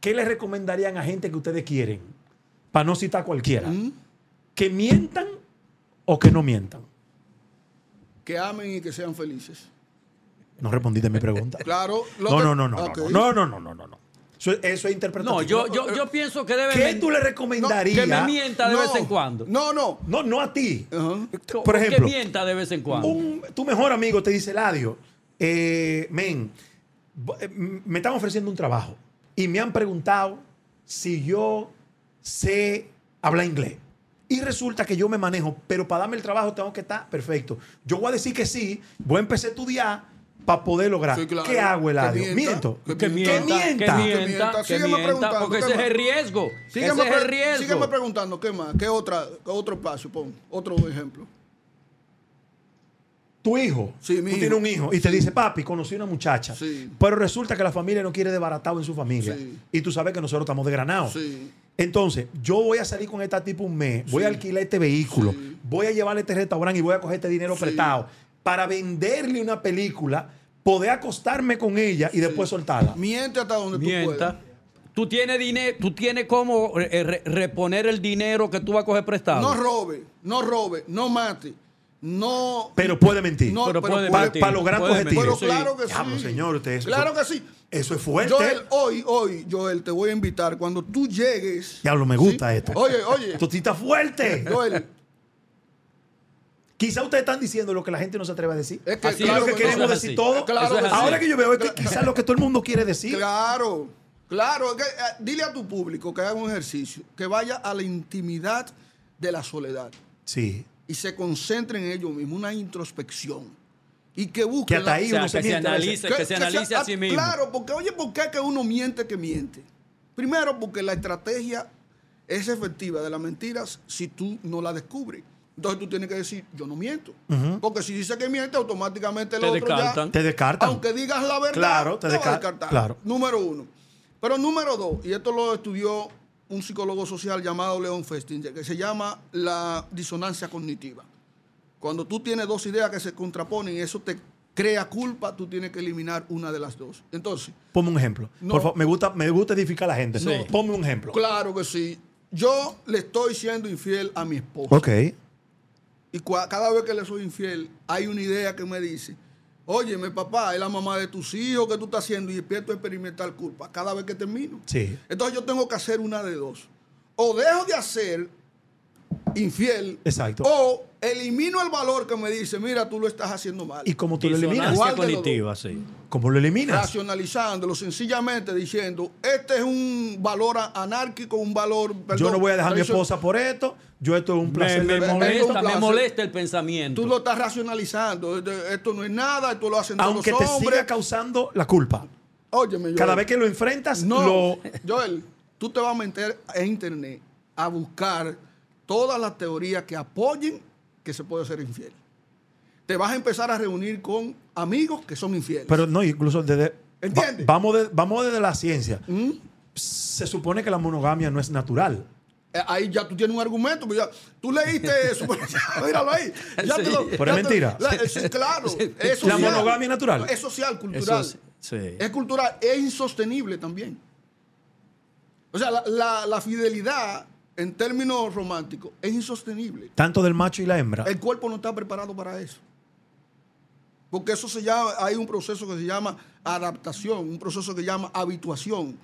¿qué les recomendarían a gente que ustedes quieren? Para no citar cualquiera.
¿Mm?
¿Que mientan o que no mientan?
Que amen y que sean felices.
No respondiste a mi pregunta.
Claro. lo
No,
que-
no, no, no,
Ok.
no, no, no, no, no, no, no. Eso, eso es interpretativo.
no, yo, yo, yo pienso que debe
¿Qué tú le
que me
recomendarías?
mienta de
No,
vez en cuando.
No, no.
no, no a ti.
Ajá.
Por ejemplo,
que mienta de vez en cuando.
Un- tu mejor amigo te dice, Ladio, eh, men, bo- eh, m- me están ofreciendo un trabajo y me han preguntado si yo sé hablar inglés. Y resulta que yo me manejo, pero para darme el trabajo tengo que estar perfecto. Yo voy a decir que sí, voy a empezar a estudiar para poder lograr.
Sí, claro.
¿Qué hago,
Que
Eladio?
mienta,
Miento.
que
que mienta, que
mienta.
mienta,
Que mienta.
que
Sígueme
mienta,
preguntando,
porque
¿qué
ese es
más?
el riesgo.
Sígueme,
ese es el
pre-
riesgo.
sígueme preguntando, ¿qué más? ¿Qué otra, otro espacio? Pon, otro ejemplo.
Tu hijo,
Sí, mi
tú
hijo.
tienes un hijo y te dice, papi, conocí una muchacha,
Sí.
pero resulta que la familia no quiere desbaratado en su familia.
Sí.
Y tú sabes que nosotros estamos desgranados.
Sí.
Entonces, yo voy a salir con esta tipo un mes, voy a alquilar este vehículo,
Sí.
voy a llevarle este restaurante y voy a coger este dinero
Sí.
prestado para venderle una película, poder acostarme con ella y después soltarla.
Miente hasta donde tú puedas.
Mienta. Tú tienes dinero, tú tienes cómo eh, re- reponer el dinero que tú vas a coger prestado.
No robe, no robe, no mate, no.
Pero puede mentir.
No, pero puede-
para
mentir,
lograr tu
puede
objetivo.
mentir,
Pero claro que sí.
Diablo, señor, usted es- Pues
Claro que sí.
Eso es fuerte.
Joel, hoy, hoy, Joel, te voy a invitar. Cuando tú llegues.
Diablo, me gusta
¿sí?
esto.
Oye, oye.
Esto sí está fuerte.
Joel,
Quizá ustedes están diciendo lo que la gente no se atreve a decir.
es que
Así
Y es lo
claro
que
que
no,
queremos
eso es
decir
así.
todos.
Claro
Eso es así.
Ahora que yo veo es que quizás lo que todo el mundo quiere decir.
Claro, claro. que, eh, dile a tu público que haga un ejercicio, que vaya a la intimidad de la soledad
Sí.
y se concentre en ellos mismos, una introspección. y que busque
Que hasta
la-
ahí
O sea,
uno se
que se
miente a veces.
analice. que se analice a sí mismo.
ah, Claro, porque oye, ¿por qué que uno miente que miente? Primero, porque la estrategia es efectiva de las mentiras si tú no la descubres. Entonces tú tienes que decir, yo no miento. Porque si dice que miente, automáticamente el
Te
otro
descartan.
ya...
Te descartan.
Aunque digas la verdad,
Claro, te
te, va a
desca-
descartar.
claro.
Número uno. Pero número dos, y esto lo estudió un psicólogo social llamado Leon Festinger, que se llama la disonancia cognitiva. Cuando tú tienes dos ideas que se contraponen y eso te crea culpa, tú tienes que eliminar una de las dos. Entonces,
Ponme un ejemplo.
No.
Por favor, me gusta, me gusta edificar a la gente.
Sí.
Ponme un ejemplo.
claro que sí, yo le estoy siendo infiel a mi esposa.
Ok.
Y cua- cada vez que le soy infiel, hay una idea que me dice, óyeme papá, es la mamá de tus hijos que tú estás haciendo y empiezo a experimentar culpa cada vez que termino.
Sí.
Entonces yo tengo que hacer una de dos. O dejo de hacer infiel.
Exacto.
O elimino el valor que me dice, mira, tú lo estás haciendo mal.
¿Y cómo tú lo eliminas?
Disonancia
Igual de los
cognitiva, sí.
¿Cómo lo eliminas?
Racionalizándolo, sencillamente diciendo, este es un valor a- anárquico, un valor...
Yo
perdón,
no voy a dejar a mi
traicio-
esposa por esto. Yo esto es un
Me,
placer.
me
de-
es un
molesta, me
placer.
molesta el pensamiento.
Tú lo estás racionalizando. Este- Esto no es nada, esto lo hacen todos
Aunque
los
te
hombres.
siga causando la culpa.
Óyeme, Joel.
Cada vez que lo enfrentas,
No,
lo...
Joel, tú te vas a meter a internet a buscar todas las teorías que apoyen que se puede ser infiel. Te vas a empezar a reunir con amigos que son infieles.
Pero no, incluso desde...
¿Entiendes?
va- vamos, de- vamos desde la ciencia.
¿Mm?
Se supone que la monogamia no es natural.
Eh, Ahí ya tú tienes un argumento. porque ya- tú leíste eso. pero ya, míralo ahí. Ya te lo-
Sí.
Pero
ya
es
te-
mentira.
la- eh, sí, claro. Es
La
social.
monogamia es natural.
Es social,
Eso
cultural.
es- sí.
Es cultural, es insostenible también. O sea, la, la- la fidelidad en términos románticos es insostenible.
Tanto del macho y la hembra.
El cuerpo no está preparado para eso. Porque eso se llama, hay un proceso que se llama adaptación, un proceso que se llama habituación.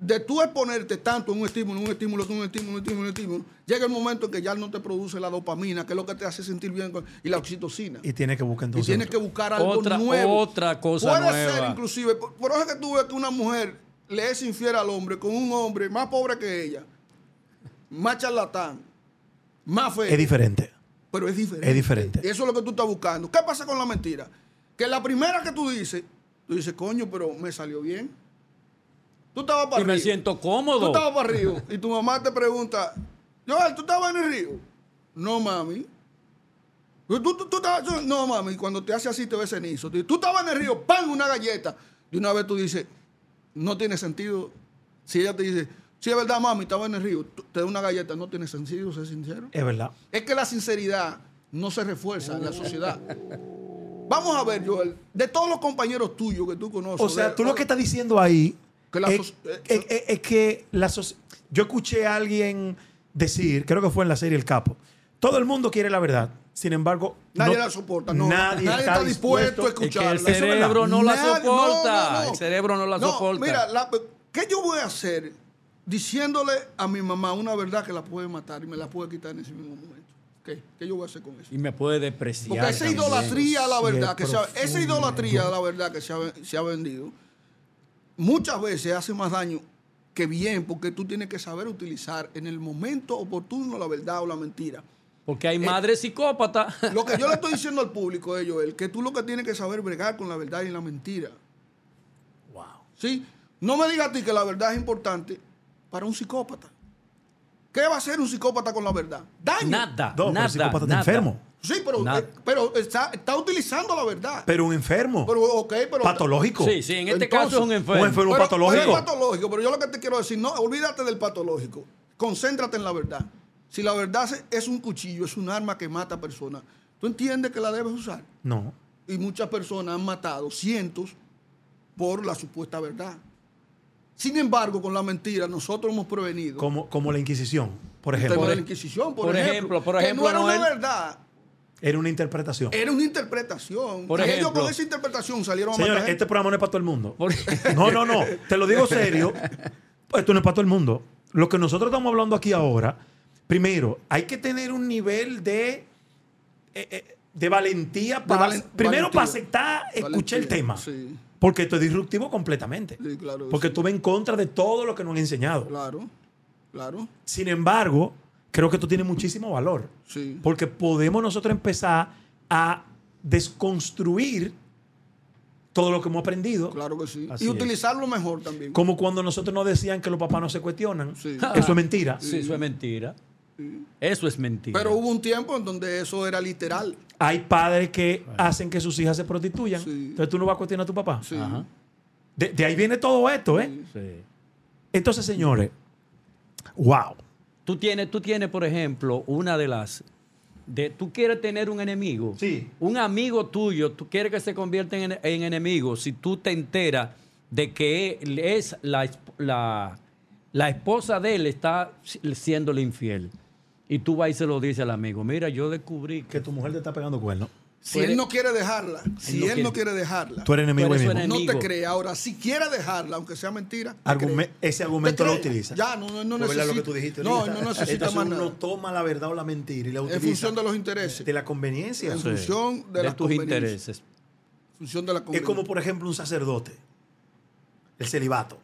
De tú exponerte tanto en un estímulo, en un estímulo, en un estímulo, en un estímulo, en un estímulo, llega el momento en que ya no te produce la dopamina, que es lo que te hace sentir bien, con- y la oxitocina.
Y tiene que buscar
Y
entonces...
tienes que
otro.
buscar algo
Otra-
nuevo.
otra cosa
Puede ser
nueva.
inclusive, por, por eso es que tú ves que una mujer le es infiel al hombre con un hombre más pobre que ella, más charlatán, más feo.
Es diferente.
pero es diferente.
es diferente.
Y eso es lo que tú estás buscando. ¿Qué pasa con la mentira? Que la primera que tú dices, tú dices, coño, pero me salió bien. Tú estabas para
Y me
arriba.
siento
Tú
cómodo.
estabas para Río y tu mamá te pregunta, Joel, ¿tú estabas en el río? No, mami. Tú, tú, tú estabas- tú- no, mami, cuando te hace así te ves cenizo. Tú estabas en el río, ¡pam! Una galleta. Y una vez tú dices, no tiene sentido. Si ella te dice, sí, es verdad, mami, estaba en el río, tú- te da una galleta, no tiene sentido, ser sincero.
Es verdad.
Es que la sinceridad no se refuerza en la sociedad. Vamos a ver, Joel, de todos los compañeros tuyos que tú conoces.
O sea,
de-
tú lo que estás diciendo ahí
Que la
es,
soci- eh,
es- es- es que la soci- yo escuché a alguien decir, creo que fue en la serie El Capo, todo el mundo quiere la verdad, sin embargo,
Nadie
no-
la soporta, no.
nadie, está, dispuesto
a
Es que
escucharla.
el
Eso es verdad.
cerebro no la
Nadie-
soporta.
no, no, no.
El cerebro no la
No,
soporta.
Mira, la- ¿qué yo voy a hacer diciéndole a mi mamá una verdad que la puede matar y me la puede quitar en ese mismo momento? ¿Qué, ¿Qué yo voy a hacer con eso?
Y me puede depreciar.
Porque esa
también.
idolatría a la
Sí,
verdad,
es
que se ha- esa
profundo.
idolatría a la verdad que se ha, ven- se ha vendido, muchas veces hace más daño que bien, porque tú tienes que saber utilizar en el momento oportuno la verdad o la mentira.
Porque
Eh,
hay madres psicópatas.
Lo que yo le estoy diciendo al público es, Joel, que tú lo que tienes que saber bregar con la verdad y la mentira.
Wow.
¿Sí? No me digas a ti que la verdad es importante para un psicópata. ¿Qué va a hacer un psicópata con la verdad? Daño.
Nada.
No, pero
nada,
el psicópata está
nada.
enfermo.
Sí, pero,
Nada.
eh, pero está, está utilizando la verdad.
Pero un enfermo,
Pero, ok, pero.
patológico.
Sí, sí, en este
Entonces,
caso es un enfermo.
un enfermo
Pero-
patológico.
pero es patológico, pero yo lo que te quiero decir, no, olvídate del patológico. Concéntrate en la verdad. Si la verdad se- es un cuchillo, es un arma que mata a personas, tú entiendes que la debes usar.
No.
Y muchas personas han matado cientos por la supuesta verdad. Sin embargo, con la mentira, nosotros hemos prevenido.
Como, como la Inquisición, por
el tema
ejemplo,
de la Inquisición, por,
por ejemplo,
ejemplo.
por
que
ejemplo,
no era una
Noel.
verdad,
era una interpretación.
era una interpretación.
Por
y ellos
ejemplo.
con esa interpretación salieron a
Señores,
matar gente.
este programa no es para todo el mundo.
Por-
No, no, no. Te lo digo serio. Esto no es para todo el mundo. Lo que nosotros estamos hablando aquí ahora, primero, hay que tener un nivel de, eh, eh, de valentía para.
valen-
primero,
valentía.
para aceptar, escuchar este, el tema.
Valentía, sí.
Porque esto es disruptivo completamente.
Sí, claro que
porque
sí.
tú vas en contra de todo lo que nos han enseñado.
Claro, claro,
Sin embargo, creo que esto tiene muchísimo valor.
sí.
Porque podemos nosotros empezar a desconstruir todo lo que hemos aprendido.
Claro que sí.
Así
y
es.
utilizarlo mejor también.
Como cuando nosotros nos decían que los papás no se cuestionan.
Sí.
Eso es mentira.
Sí, eso es mentira. Eso es mentira.
Pero hubo un tiempo en donde eso era literal.
Hay padres que hacen que sus hijas se prostituyan.
Sí.
Entonces tú no vas a cuestionar a tu papá.
Sí.
Ajá.
De, de ahí viene todo esto, ¿eh?
Sí.
Entonces, señores, wow.
Tú tienes, tú tienes, por ejemplo, una de las. De, tú quieres tener un enemigo.
Sí.
Un amigo tuyo, tú quieres que se convierta en, ene- en enemigo. Si tú te enteras de que él es la, esp- la, la esposa de él está si- siéndole infiel. Y tú vas y se lo dices al amigo. Mira, yo descubrí que
Que tu mujer te está pegando cuernos.
Si
Puede-
él no quiere dejarla, si
no
él
quiere-
no quiere dejarla,
Tú eres enemigo
Tú
ahí
eres su
mismo.
enemigo.
no te cree. Ahora, si quiere dejarla, aunque sea mentira, te
Argume-
cree.
ese argumento
Te
lo
cree.
utiliza.
Ya, no, no, no
Porque es
necesita.
lo que tú dijiste.
no,
ahorita.
no necesita
Entonces
más
uno
nada.
toma la verdad o la mentira y la utiliza.
En función de los intereses.
de la conveniencia.
Sí. función de las
tus
conveniencias.
intereses.
En función de la
Es como,
conveniencia.
por ejemplo, un sacerdote. El celibato.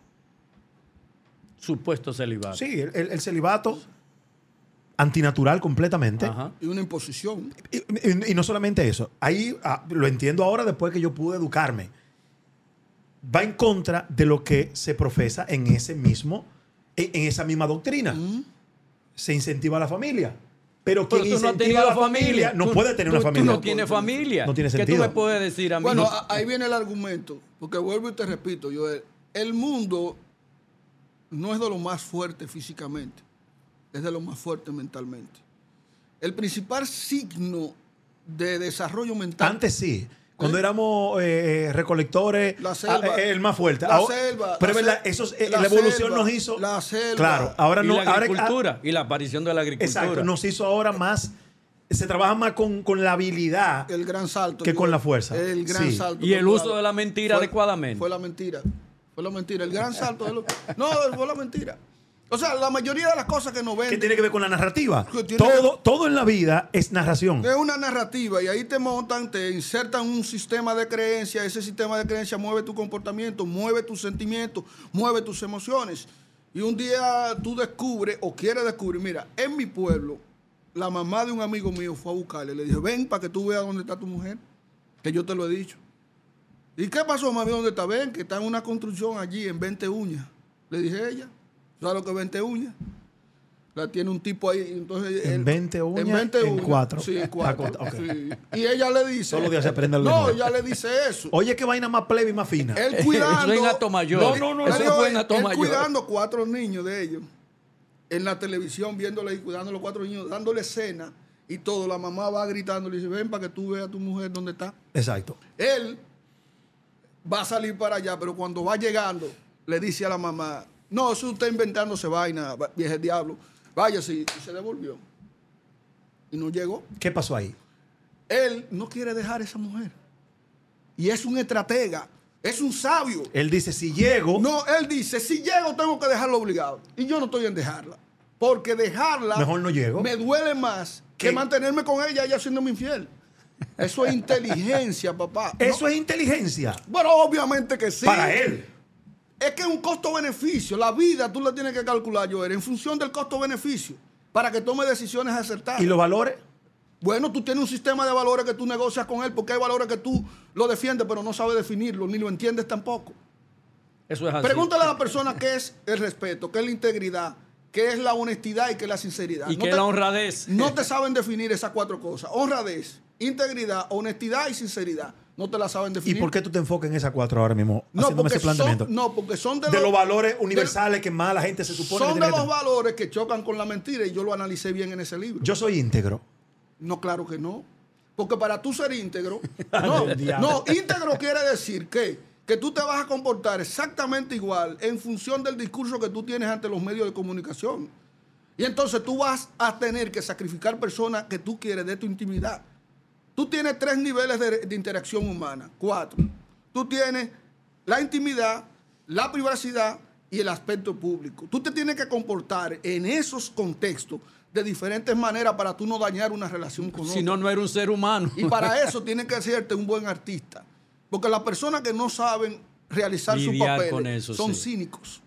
Supuesto celibato.
Sí, el, el- el celibato antinatural completamente.
Ajá.
Y una imposición.
Y, y- y no solamente eso. Ahí ah, lo entiendo ahora después que yo pude educarme. Va en contra de lo que se profesa en ese mismo, en, en esa misma doctrina. Se incentiva a la familia. Pero
Pero
quien
tú no has
incentiva
tenido
a la familia, no
Tú-
puede tener
tú-
una familia.
Tú no tienes familia.
No tiene
¿Qué tú
sentido.
me puedes decir a mí?
Bueno,
No-
a- ahí viene el argumento, porque vuelvo y te repito, yo el mundo no es de lo más fuerte físicamente, es de lo más fuerte mentalmente. El principal signo de desarrollo mental
Antes sí. Cuando éramos eh, recolectores,
La selva.
ah, eh, el más fuerte.
La
Ahora-
selva,
Pero
la
es verdad,
se-
esos, eh, la,
la
evolución
selva,
nos hizo.
la selva.
Claro, ahora ah,
y
no.
ah,
la
ahora-
agricultura y la aparición de la
ah,
agricultura.
exacto, nos hizo ahora más. Se trabaja más con, con la habilidad.
el gran salto.
Que
yo-
con la fuerza.
El gran
Sí.
salto.
Y el
cultural.
uso de la mentira adecuadamente.
Fue la mentira. Fue la mentira. El gran salto. de lo- no, fue la mentira. O sea, la mayoría de las cosas que nos
¿Qué
venden
tiene que ver con la narrativa?
Que tiene
Todo, todo en la vida es narración.
Es una narrativa y ahí te montan, te insertan un sistema de creencias. Ese sistema de creencias mueve tu comportamiento, mueve tus sentimientos, mueve tus emociones. Y un día tú descubres o quieres descubrir, mira, en mi pueblo, la mamá de un amigo mío fue a buscarle. Le dije, ven para que tú veas dónde está tu mujer, que yo te lo he dicho. ¿Y qué pasó, mami? ¿Dónde está? Ven, que está en una construcción allí en 20 uñas. Le dije ella, ¿sabes lo que es 20 uñas? La tiene un tipo ahí. Entonces,
En
él-
20 uñas, en
uñas.
cuatro.
Sí, en cuatro.
Ah, ok.
sí. Y ella le dice.
Todos los días se aprende algo
No,
nuevo.
ella le dice eso.
Oye, qué vaina más plebe y más fina.
Él
Eso
cuidando.
en Hato Mayor.
No, no, no.
Eso
él-
fue en Hato
él
Mayor.
cuidando cuatro niños de ellos. En la televisión, viéndole y cuidando a los cuatro niños, dándole cena y todo. La mamá va gritando, le dice, ven para que tú veas a tu mujer dónde está.
Exacto.
Él va a salir para allá, pero cuando va llegando, le dice a la mamá, no, eso usted inventándose vaina, va- viejo diablo. Váyase, y se devolvió. Y no llegó.
¿Qué pasó ahí?
Él no quiere dejar a esa mujer. Y es un estratega, es un sabio.
Él dice, si llego,
No, él dice, si llego tengo que dejarlo obligado. Y yo no estoy en dejarla. Porque dejarla
Mejor no llego.
me duele más
¿Qué?
que mantenerme con ella, ella siendo mi infiel. Eso es inteligencia, papá.
eso es inteligencia.
Bueno, obviamente que sí.
Para él.
Es que es un costo-beneficio. La vida tú la tienes que calcular, Joel, en función del costo-beneficio, para que tome decisiones acertadas.
¿Y los valores?
Bueno, tú tienes un sistema de valores que tú negocias con él, porque hay valores que tú lo defiendes, pero no sabes definirlo, ni lo entiendes tampoco.
Eso es así.
Pregúntale a la persona qué es el respeto, qué es la integridad, qué es la honestidad y qué es la sinceridad.
Y que la honradez.
No te saben definir esas cuatro cosas. Honradez, integridad, honestidad y sinceridad. No te la saben
¿Y
definir.
por qué tú te enfocas en esas cuatro ahora mismo?
No,
haciéndome
porque
ese planteamiento.
son, no, porque son de,
de
los-
los valores
de-
universales que más la gente se supone
son
que
de
tiene que
los
tener.
valores que chocan con la mentira y yo lo analicé bien en ese libro.
Yo soy íntegro.
no, claro que no. Porque para tú ser íntegro, no,
Del diablo.
no, íntegro quiere decir que, que tú te vas a comportar exactamente igual en función del discurso que tú tienes ante los medios de comunicación. Y entonces tú vas a tener que sacrificar personas que tú quieres de tu intimidad. Tú tienes tres niveles de, de interacción humana, cuatro. Tú tienes la intimidad, la privacidad y el aspecto público. Tú te tienes que comportar en esos contextos de diferentes maneras para tú no dañar una relación con
Si
otra.
no, no era un ser humano.
Y para eso tienes que hacerte un buen artista. Porque las personas que no saben realizar sus
Lidiar
papeles
con eso,
son
sí.
cínicos.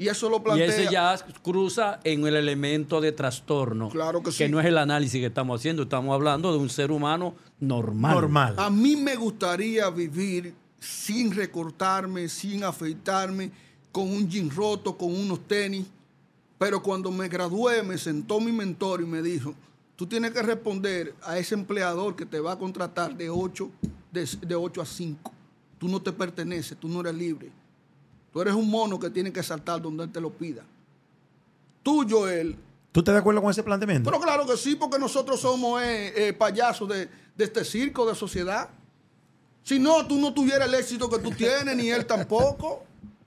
Y eso lo
Y
plantea.
ese ya cruza en el elemento de trastorno.
Claro que sí.
no es el análisis que estamos haciendo, estamos hablando de un ser humano normal.
Normal.
A mí me gustaría vivir sin recortarme, sin afeitarme, con un jean roto, con unos tenis. Pero cuando me gradué, me sentó mi mentor y me dijo, tú tienes que responder a ese empleador que te va a contratar de 8, de, de 8 a 5. Tú no te perteneces, tú no eres libre. Tú eres un mono que tiene que saltar donde él te lo pida. Tú, Joel,
¿Tú estás de acuerdo con ese planteamiento?
pero claro que sí, porque nosotros somos eh, eh, payasos de, de este circo de sociedad. Si no, tú no tuvieras el éxito que tú tienes, ni él tampoco.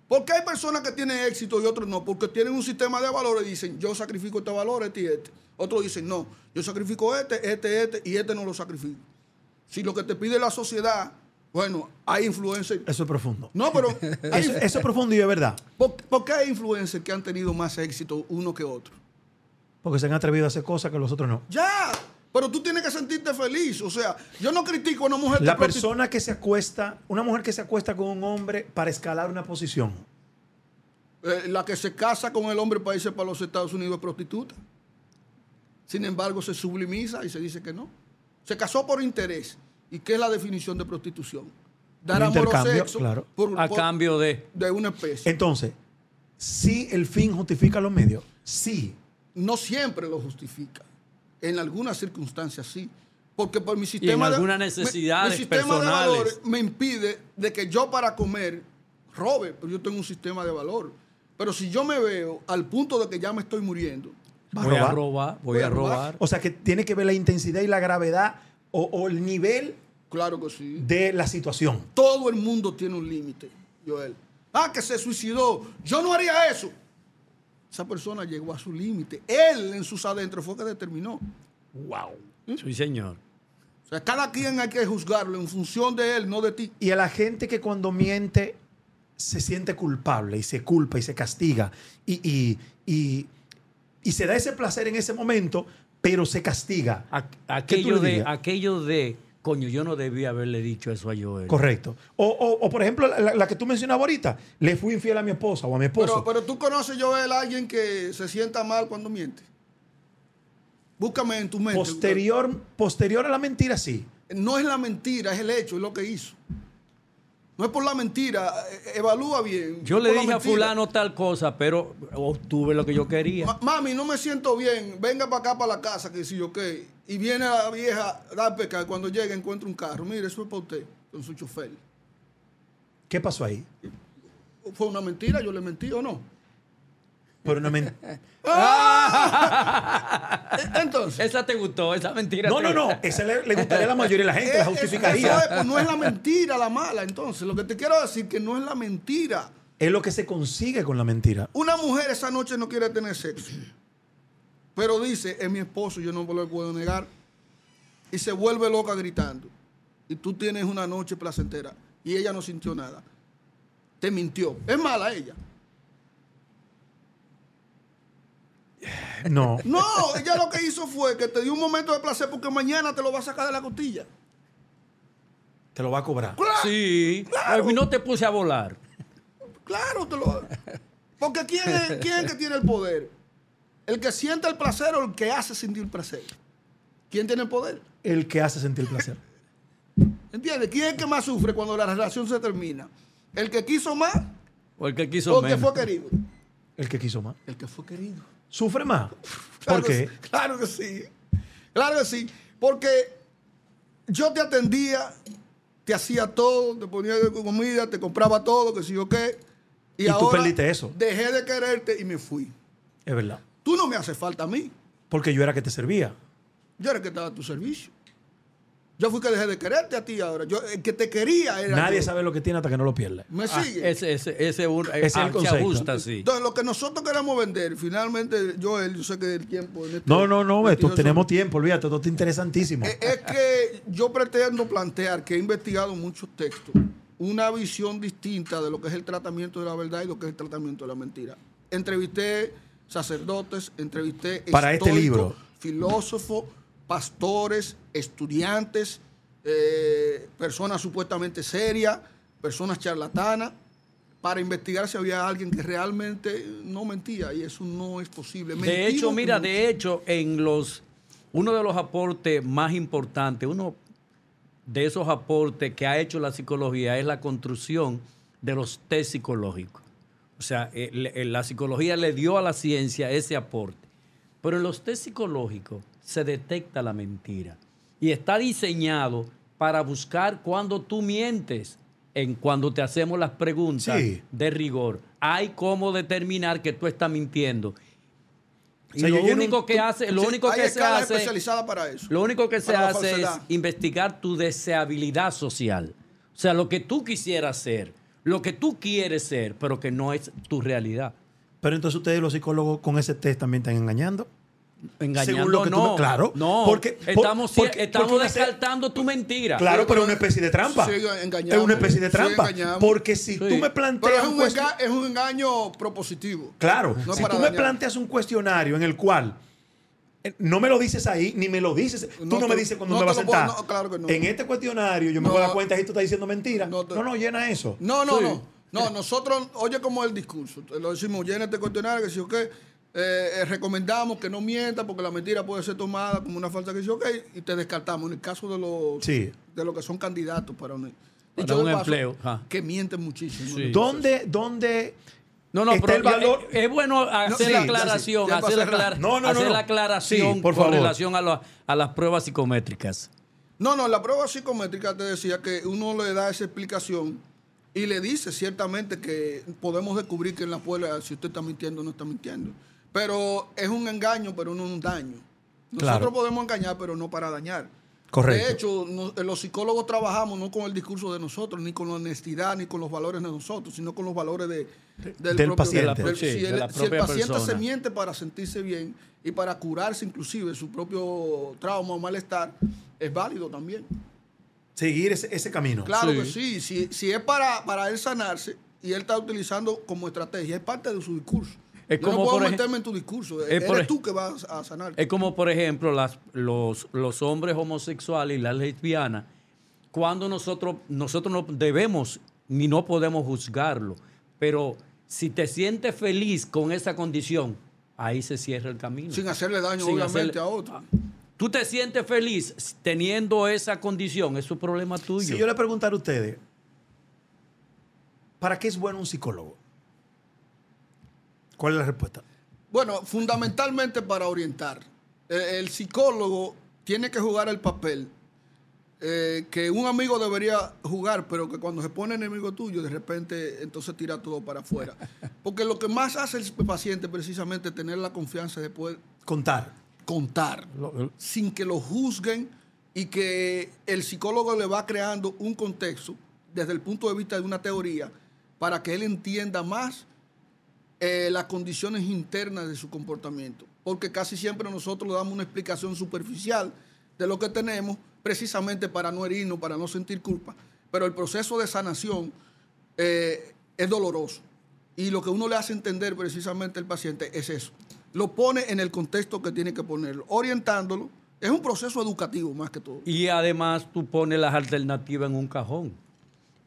Porque hay personas que tienen éxito y otros no, porque tienen un sistema de valores y dicen, yo sacrifico este valor, este y este. Otros dicen, no, yo sacrifico este, este, este y este no lo sacrifico. Si lo que te pide la sociedad, bueno, hay influencers.
eso es profundo.
No, pero hay,
Eso, eso es profundo y es verdad.
¿por, por qué hay influencers que han tenido más éxito uno que otro?
Porque se han atrevido a hacer cosas que los otros no.
Ya, pero tú tienes que sentirte feliz. O sea, yo no critico a una mujer
La
que prosti-
persona que se acuesta, una mujer que se acuesta con un hombre para escalar una posición.
eh, la que se casa con el hombre para irse para los Estados Unidos es prostituta. Sin embargo, se sublimiza y se dice que no. Se casó por interés. ¿Y qué es la definición de prostitución? Dar
Un
amor o
intercambio,
sexo
claro.
por,
A
por-
cambio de.
de una especie.
Entonces, si el fin justifica los medios, sí.
No siempre lo justifica. En algunas circunstancias sí. Porque por mi sistema de-
algunas
mi-
necesidades
mi sistema
personales.
de valores me impide de que yo para comer robe, pero yo tengo un sistema de valor. Pero si yo me veo al punto de que ya me estoy muriendo,
va a
Voy a
robar.
robar, voy, a robar.
O sea que tiene que ver la intensidad y la gravedad o, o el nivel
claro que sí.
de la situación.
Todo el mundo tiene un límite, Joel. Ah, que se suicidó. Yo no haría eso. Esa persona llegó a su límite. Él en sus adentros fue que determinó.
Wow.
Sí, señor.
O sea, cada quien hay que juzgarlo en función de él, no de ti.
Y a la gente que cuando miente se siente culpable y se culpa y se castiga y, y- y- y se da ese placer en ese momento, pero se castiga.
A-
¿Qué tú le
aquello, de,
dirías?
aquello de, coño, yo no debía haberle dicho eso a Joel.
Correcto. O, o- o, por ejemplo, la, la que tú mencionabas ahorita, le fui infiel a mi esposa o a mi esposo.
Pero, pero tú conoces, Joel, a alguien que se sienta mal cuando miente. Búscame en tu mente.
posterior, posterior a la mentira, sí.
No es la mentira, es el hecho, es lo que hizo. No es por la mentira, eh, evalúa bien.
Yo
No
le
por la
dije a
mentira.
fulano tal cosa, pero obtuve lo que yo quería.
Ma- mami, no me siento bien, venga para acá, para la casa, que si yo qué. Y viene la vieja, da pecar, cuando llega encuentra un carro. Mire, eso es para usted, con su chofer.
¿Qué pasó ahí?
Fue una mentira, yo le mentí o no.
Por una men-
Eh, Entonces,
Esa te gustó, esa mentira.
no,
te
no, no.
gustó.
Esa le, le gustaría a la mayoría de la gente,
Eh,
la
eso-
justificaría.
eso es, pues, no es la mentira la mala, entonces. Lo que te quiero decir que no es la mentira.
Es lo que se consigue con la mentira.
Una mujer esa noche no quiere tener sexo. Pero dice, es mi esposo, yo no lo puedo negar. Y se vuelve loca gritando. Y tú tienes una noche placentera. Y ella no sintió nada. Te mintió. Es mala ella.
No.
No, ella lo que hizo fue que te dio un momento de placer porque mañana te lo va a sacar de la costilla.
Te lo va a cobrar.
Sí. Y no te puse a volar.
Claro, te lo. Porque ¿quién es, quién es el que tiene el poder? ¿El que siente el placer o el que hace sentir placer? ¿Quién tiene el poder?
El que hace sentir placer.
¿Entiendes? ¿Quién es el que más sufre cuando la relación se termina? ¿El que quiso más
O el que quiso
o el que
menos.
fue querido?
El que quiso más.
El que fue querido.
Sufre más.
Claro
¿Por
que
qué?
sí, Claro que sí. Claro que sí. Porque yo te atendía, te hacía todo, te ponía de comida, te compraba todo, que si yo qué.
Y tú perdiste eso.
Dejé de quererte y me fui.
Es verdad.
Tú no me haces falta a mí.
Porque yo era que te servía.
Yo era el que estaba a tu servicio. Yo fui que dejé de quererte a ti ahora. Yo, el que te quería era.
Nadie
yo.
sabe lo que tiene hasta que no lo pierde.
¿Me
Ah,
sigue?
ese, ese, ese un-
es el
ah, se
concepto.
ajusta, sí.
Entonces, lo que nosotros queremos vender, finalmente, Joel, yo sé que el tiempo. en este-
No, no, no. ve, tú
22
tenemos tiempo. Olvídate. Esto está interesantísimo.
Eh, Es que yo pretendo plantear que he investigado muchos textos, una visión distinta de lo que es el tratamiento de la verdad y lo que es el tratamiento de la mentira. Entrevisté sacerdotes, entrevisté
Para este libro.
filósofos, pastores, estudiantes, eh, personas supuestamente serias, personas charlatanas, para investigar si había alguien que realmente no mentía y eso no es posible.
De
Mentimos
hecho, mira,
mucho.
de hecho, en los uno de los aportes más importantes, uno de esos aportes que ha hecho la psicología es la construcción de los test psicológicos. O sea, el- el- la psicología le dio a la ciencia ese aporte. Pero en los test psicológicos se detecta la mentira y está diseñado para buscar cuando tú mientes. En cuando te hacemos las preguntas
Sí.
de rigor, hay cómo determinar que tú estás mintiendo.
O sea,
Y
yo
lo
quiero
único
un-
que hace, lo
Sí,
único
hay
que se
escalas
hace,
especializadas para eso.
lo único que se
para la
hace es
falsedad.
investigar tu deseabilidad social. O sea, lo que tú quisieras ser, lo que tú quieres ser, pero que no es tu realidad.
Pero entonces ustedes los psicólogos con ese test también están engañando.
Engañando
Según lo que tú
no,
me- claro,
no,
porque- por-
estamos, sie-
porque-
estamos
porque una se-
descartando tu mentira.
Claro,
Sí,
pero
pero
es una especie de trampa.
sí,
es
engañamos.
una especie de
Sí,
trampa.
engañamos.
Porque si tú
Sí.
me
Pero
planteas
es
un
un,
cuestion-
enga- es un engaño propositivo.
Claro,
No
si tú
para
me
dañar.
planteas un cuestionario en el cual eh, no me lo dices ahí, ni me lo dices, tú
No
no me
te-
dices cuando
no
me
te
vas a
lo puedo-
sentar.
no, claro que no.
En este cuestionario yo me
No.
voy a dar cuenta si tú estás diciendo mentira. No,
No te-
no, llena eso.
No, no,
Sí.
no. No, nosotros, oye, como el discurso. Te Lo decimos, llena este cuestionario, que si o qué. eh, eh, recomendamos que no mienta porque la mentira puede ser tomada como una falsa que sí o qué. Y te descartamos. En el caso de los,
Sí.
de los que son candidatos para un,
Para
dicho
un
de
empleo, ajá.
Que mienten muchísimo.
Sí.
¿Dónde, dónde?
No, no,
Está
pero
el valor-
es, es bueno hacer
sí,
la
ya sí,
aclaración,
ya
hacer,
para
la,
cerrar.
aclara-
No, no, no,
hacer
no.
la aclaración
Sí, por
con
favor.
relación a, lo- a las pruebas psicométricas.
No, no, la prueba psicométrica te decía que uno le da esa explicación y le dice ciertamente que podemos descubrir que en la escuela si usted está mintiendo o no está mintiendo. Pero es un engaño, pero no un daño. Nosotros
Claro.
podemos engañar, pero no para dañar.
Correcto.
De hecho, no- eh, los psicólogos trabajamos no con el discurso de nosotros, ni con la honestidad, ni con los valores de nosotros, sino con los valores de,
Del
propio-
paciente.
del-
Sí,
si
de
el,
la
si el
propia
paciente se
persona.
miente para sentirse bien y para curarse inclusive su propio trauma o malestar, es válido también.
Seguir ese, ese camino.
Claro
Sí.
que sí, si, si es para, para él sanarse y él está utilizando como estrategia, es parte de su discurso.
Es
Yo
como,
no puedo
por ej-
meterme en tu discurso, eh,
es
eres
por ej-
tú que vas a sanar.
Es como, por ejemplo, las, los, los hombres homosexuales y las lesbianas, cuando nosotros, nosotros no debemos ni no podemos juzgarlo, pero si te sientes feliz con esa condición, ahí se cierra el camino.
sin hacerle daño,
Sin
obviamente,
hacerle- Ah,
a otro.
Tú te sientes feliz teniendo esa condición, es un problema tuyo.
Si yo le preguntara a ustedes, ¿para qué es bueno un psicólogo? ¿Cuál es la respuesta?
Bueno, fundamentalmente para orientar. Eh, el psicólogo tiene que jugar el papel eh, que un amigo debería jugar, pero que cuando se pone enemigo tuyo, de repente entonces tira todo para afuera. Porque lo que más hace el paciente precisamente es tener la confianza de poder
Contar.
contar
Lo-
sin que lo juzguen y que el psicólogo le va creando un contexto desde el punto de vista de una teoría para que él entienda más eh, las condiciones internas de su comportamiento. Porque casi siempre nosotros le damos una explicación superficial de lo que tenemos precisamente para no herirnos, para no sentir culpa. Pero el proceso de sanación eh, es doloroso. Y lo que uno le hace entender precisamente al paciente es eso. Lo pone en el contexto que tiene que ponerlo, orientándolo. Es un proceso educativo más que todo.
Y además tú pones las alternativas en un cajón.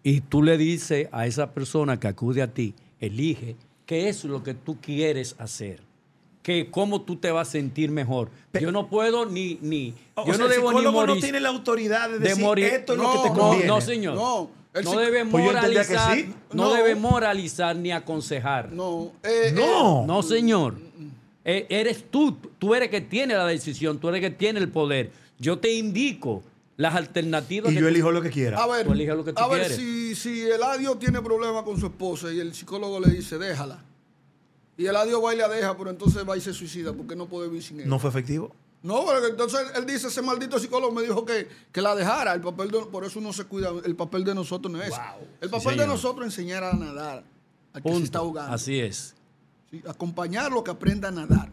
Y tú le dices a esa persona que acude a ti, elige qué es lo que tú quieres hacer, que cómo tú te vas a sentir mejor. yo no puedo ni ni
O
yo
sea, el
no debo ni
psicólogo no
morir.
tiene la autoridad de
de
decir
morir.
esto es lo que te
No,
conviene.
No, señor.
No, el
no
psic-
debe
Pues yo entendía que
moralizar,
sí.
no.
No.
debe moralizar ni aconsejar. No,
No, eh, eh,
No.
señor. E- eres tú, tú eres que tiene la decisión, tú eres que tiene el poder. Yo te indico las alternativas
Y
que
yo
tú
elijo lo que quiera.
a ver,
Tú eliges lo que tú
a ver
quieres.
si, si Eladio tiene problemas con su esposa y el psicólogo le dice, déjala. Y Eladio va y la deja, pero entonces va y se suicida porque no puede vivir sin él.
No fue efectivo.
No, porque entonces él dice, ese maldito psicólogo me dijo que, que la dejara. El papel de- por eso no se cuida. El papel de nosotros no es. ese.
Wow.
El
Sí,
papel
señor.
de nosotros es enseñar a nadar al que se
Punto.
está ahogando.
Así es.
Sí, Acompañarlo a que aprenda a nadar,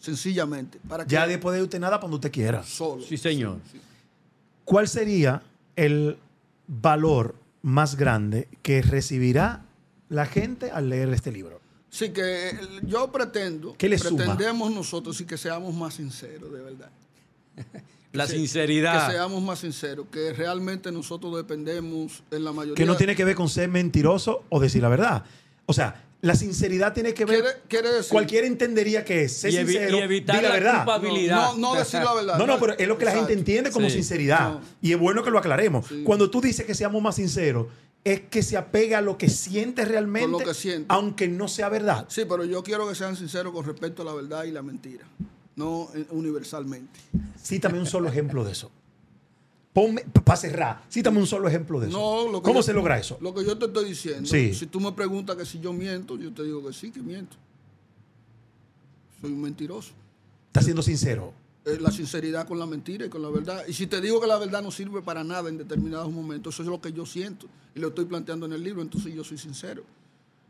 sencillamente. Para que
Ya después de usted nada cuando usted quiera.
solo.
Sí, señor.
Sí, sí.
¿Cuál sería el valor más grande que recibirá la gente al leer este libro?
Sí, que el- yo pretendo,
¿Qué le suma?
pretendemos nosotros y que seamos más sinceros, de verdad.
La
se-
sinceridad.
Que seamos más sinceros, que realmente nosotros dependemos en la mayoría.
Que no tiene que ver con ser mentiroso o decir la verdad. O sea, la sinceridad tiene que ver.
Quiere, quiere decir.
Cualquiera entendería que es. Sé
Y evi-
sincero.
y evitar
di la,
la
verdad.
culpa-
No, no decir la verdad.
No, no, pero es lo que la gente
Exacto.
entiende como
Sí.
sinceridad.
No.
Y es bueno que lo aclaremos.
Sí.
Cuando tú dices que seamos más sinceros, es que se apega a lo que sientes realmente,
que sientes.
aunque no sea verdad.
Sí, pero yo quiero que sean sinceros con respecto a la verdad y la mentira. No eh, universalmente.
Cítame un solo ejemplo de eso. Ponme, para cerrar, cítame un solo ejemplo de eso.
No, lo que
¿Cómo
yo-
se logra eso?
Lo que yo te estoy diciendo.
Sí.
Si tú me preguntas que si yo miento, yo te digo que sí, que miento. Soy un mentiroso.
Está siendo sincero.
Eh, la sinceridad con la mentira y con la verdad. Y si te digo que la verdad no sirve para nada en determinados momentos, eso es lo que yo siento y lo estoy planteando en el libro, entonces yo soy sincero.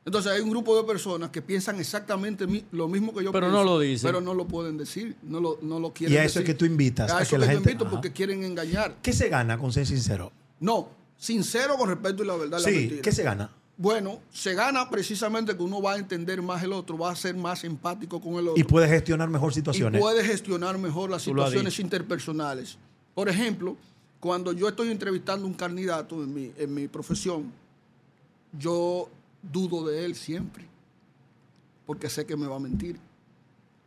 Entonces hay un grupo de personas que piensan exactamente mi- lo mismo que yo
Pero no
pienso,
lo dicen.
Pero no lo pueden decir, no lo, no lo quieren
Y a eso es
decir.
que tú invitas.
A
A
eso
que
que
la
yo
gente.
invito
Ajá.
porque quieren engañar.
¿Qué se gana con ser sincero?
No, sincero con respecto a la verdad y la
Sí,
mentira.
¿qué se gana?
Bueno, se gana precisamente que uno va a entender más el otro, va a ser más empático con el otro
Y puedes gestionar mejor
y
situaciones.
puede gestionar mejor las
Tú lo has
situaciones
dicho.
interpersonales. Por ejemplo, cuando yo estoy entrevistando a un candidato en mi, en mi profesión, yo dudo de él siempre, porque sé que me va a mentir.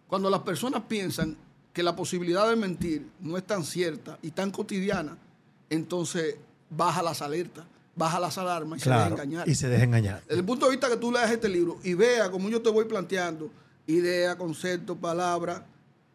Cuando las personas piensan que la posibilidad de mentir no es tan cierta y tan cotidiana, entonces baja las alertas, baja las alarmas y se
claro.
deja engañar
y se deja engañar.
desde el punto de vista que tú leas este libro y vea como yo te voy planteando idea, concepto, palabra,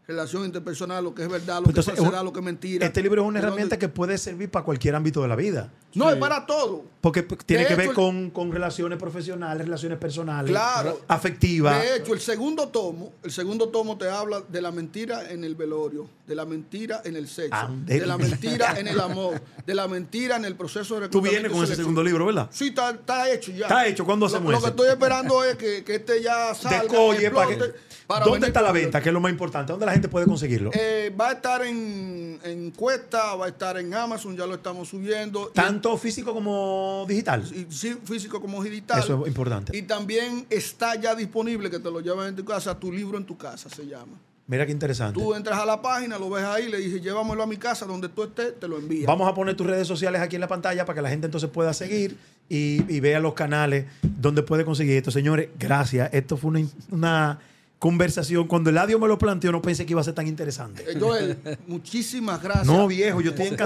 relación interpersonal, lo que es verdad, lo
Entonces,
que es
es
falsedad,
un-
lo que es mentira.
Este libro es una
¿De dónde-
herramienta que puede servir para cualquier ámbito de la vida.
No, es para todo.
Porque p- tiene que
hecho,
ver
el-
con, con relaciones profesionales, relaciones personales,
Claro.
afectivas.
De hecho, el segundo tomo, el segundo tomo te habla de la mentira en el velorio, de la mentira en el sexo,
Ah, de-
de... la mentira en el amor, de la mentira en el proceso de
Tú vienes con ese segundo libro, ¿verdad?
Sí, está, está hecho ya.
Está hecho, ¿cuándo
Lo-
hacemos
Lo
eso?
que estoy esperando es que, que este ya salga.
Descolle para que-
explote, para
¿Dónde
venir
está la
con-
venta? Que es lo más importante. ¿Dónde la gente puede conseguirlo?
Eh, va a estar en, en Cuesta, va a estar en Amazon, ya lo estamos subiendo.
Tanto físico como digital.
Y- y sí, físico como digital.
Eso es importante.
Y también está ya disponible que te lo llevan en tu casa, tu libro en tu casa se llama.
Mira qué interesante.
Tú entras a la página, lo ves ahí, le dices, llévamelo a mi casa, donde tú estés, te lo envían.
Vamos a poner tus redes sociales aquí en la pantalla para que la gente entonces pueda seguir y, y vea los canales donde puede conseguir esto. Señores, gracias. Esto fue una, una conversación. Cuando Eladio me lo planteó, no pensé que iba a ser tan interesante.
Eh, Joel, muchísimas gracias.
No, viejo, yo estoy encantado.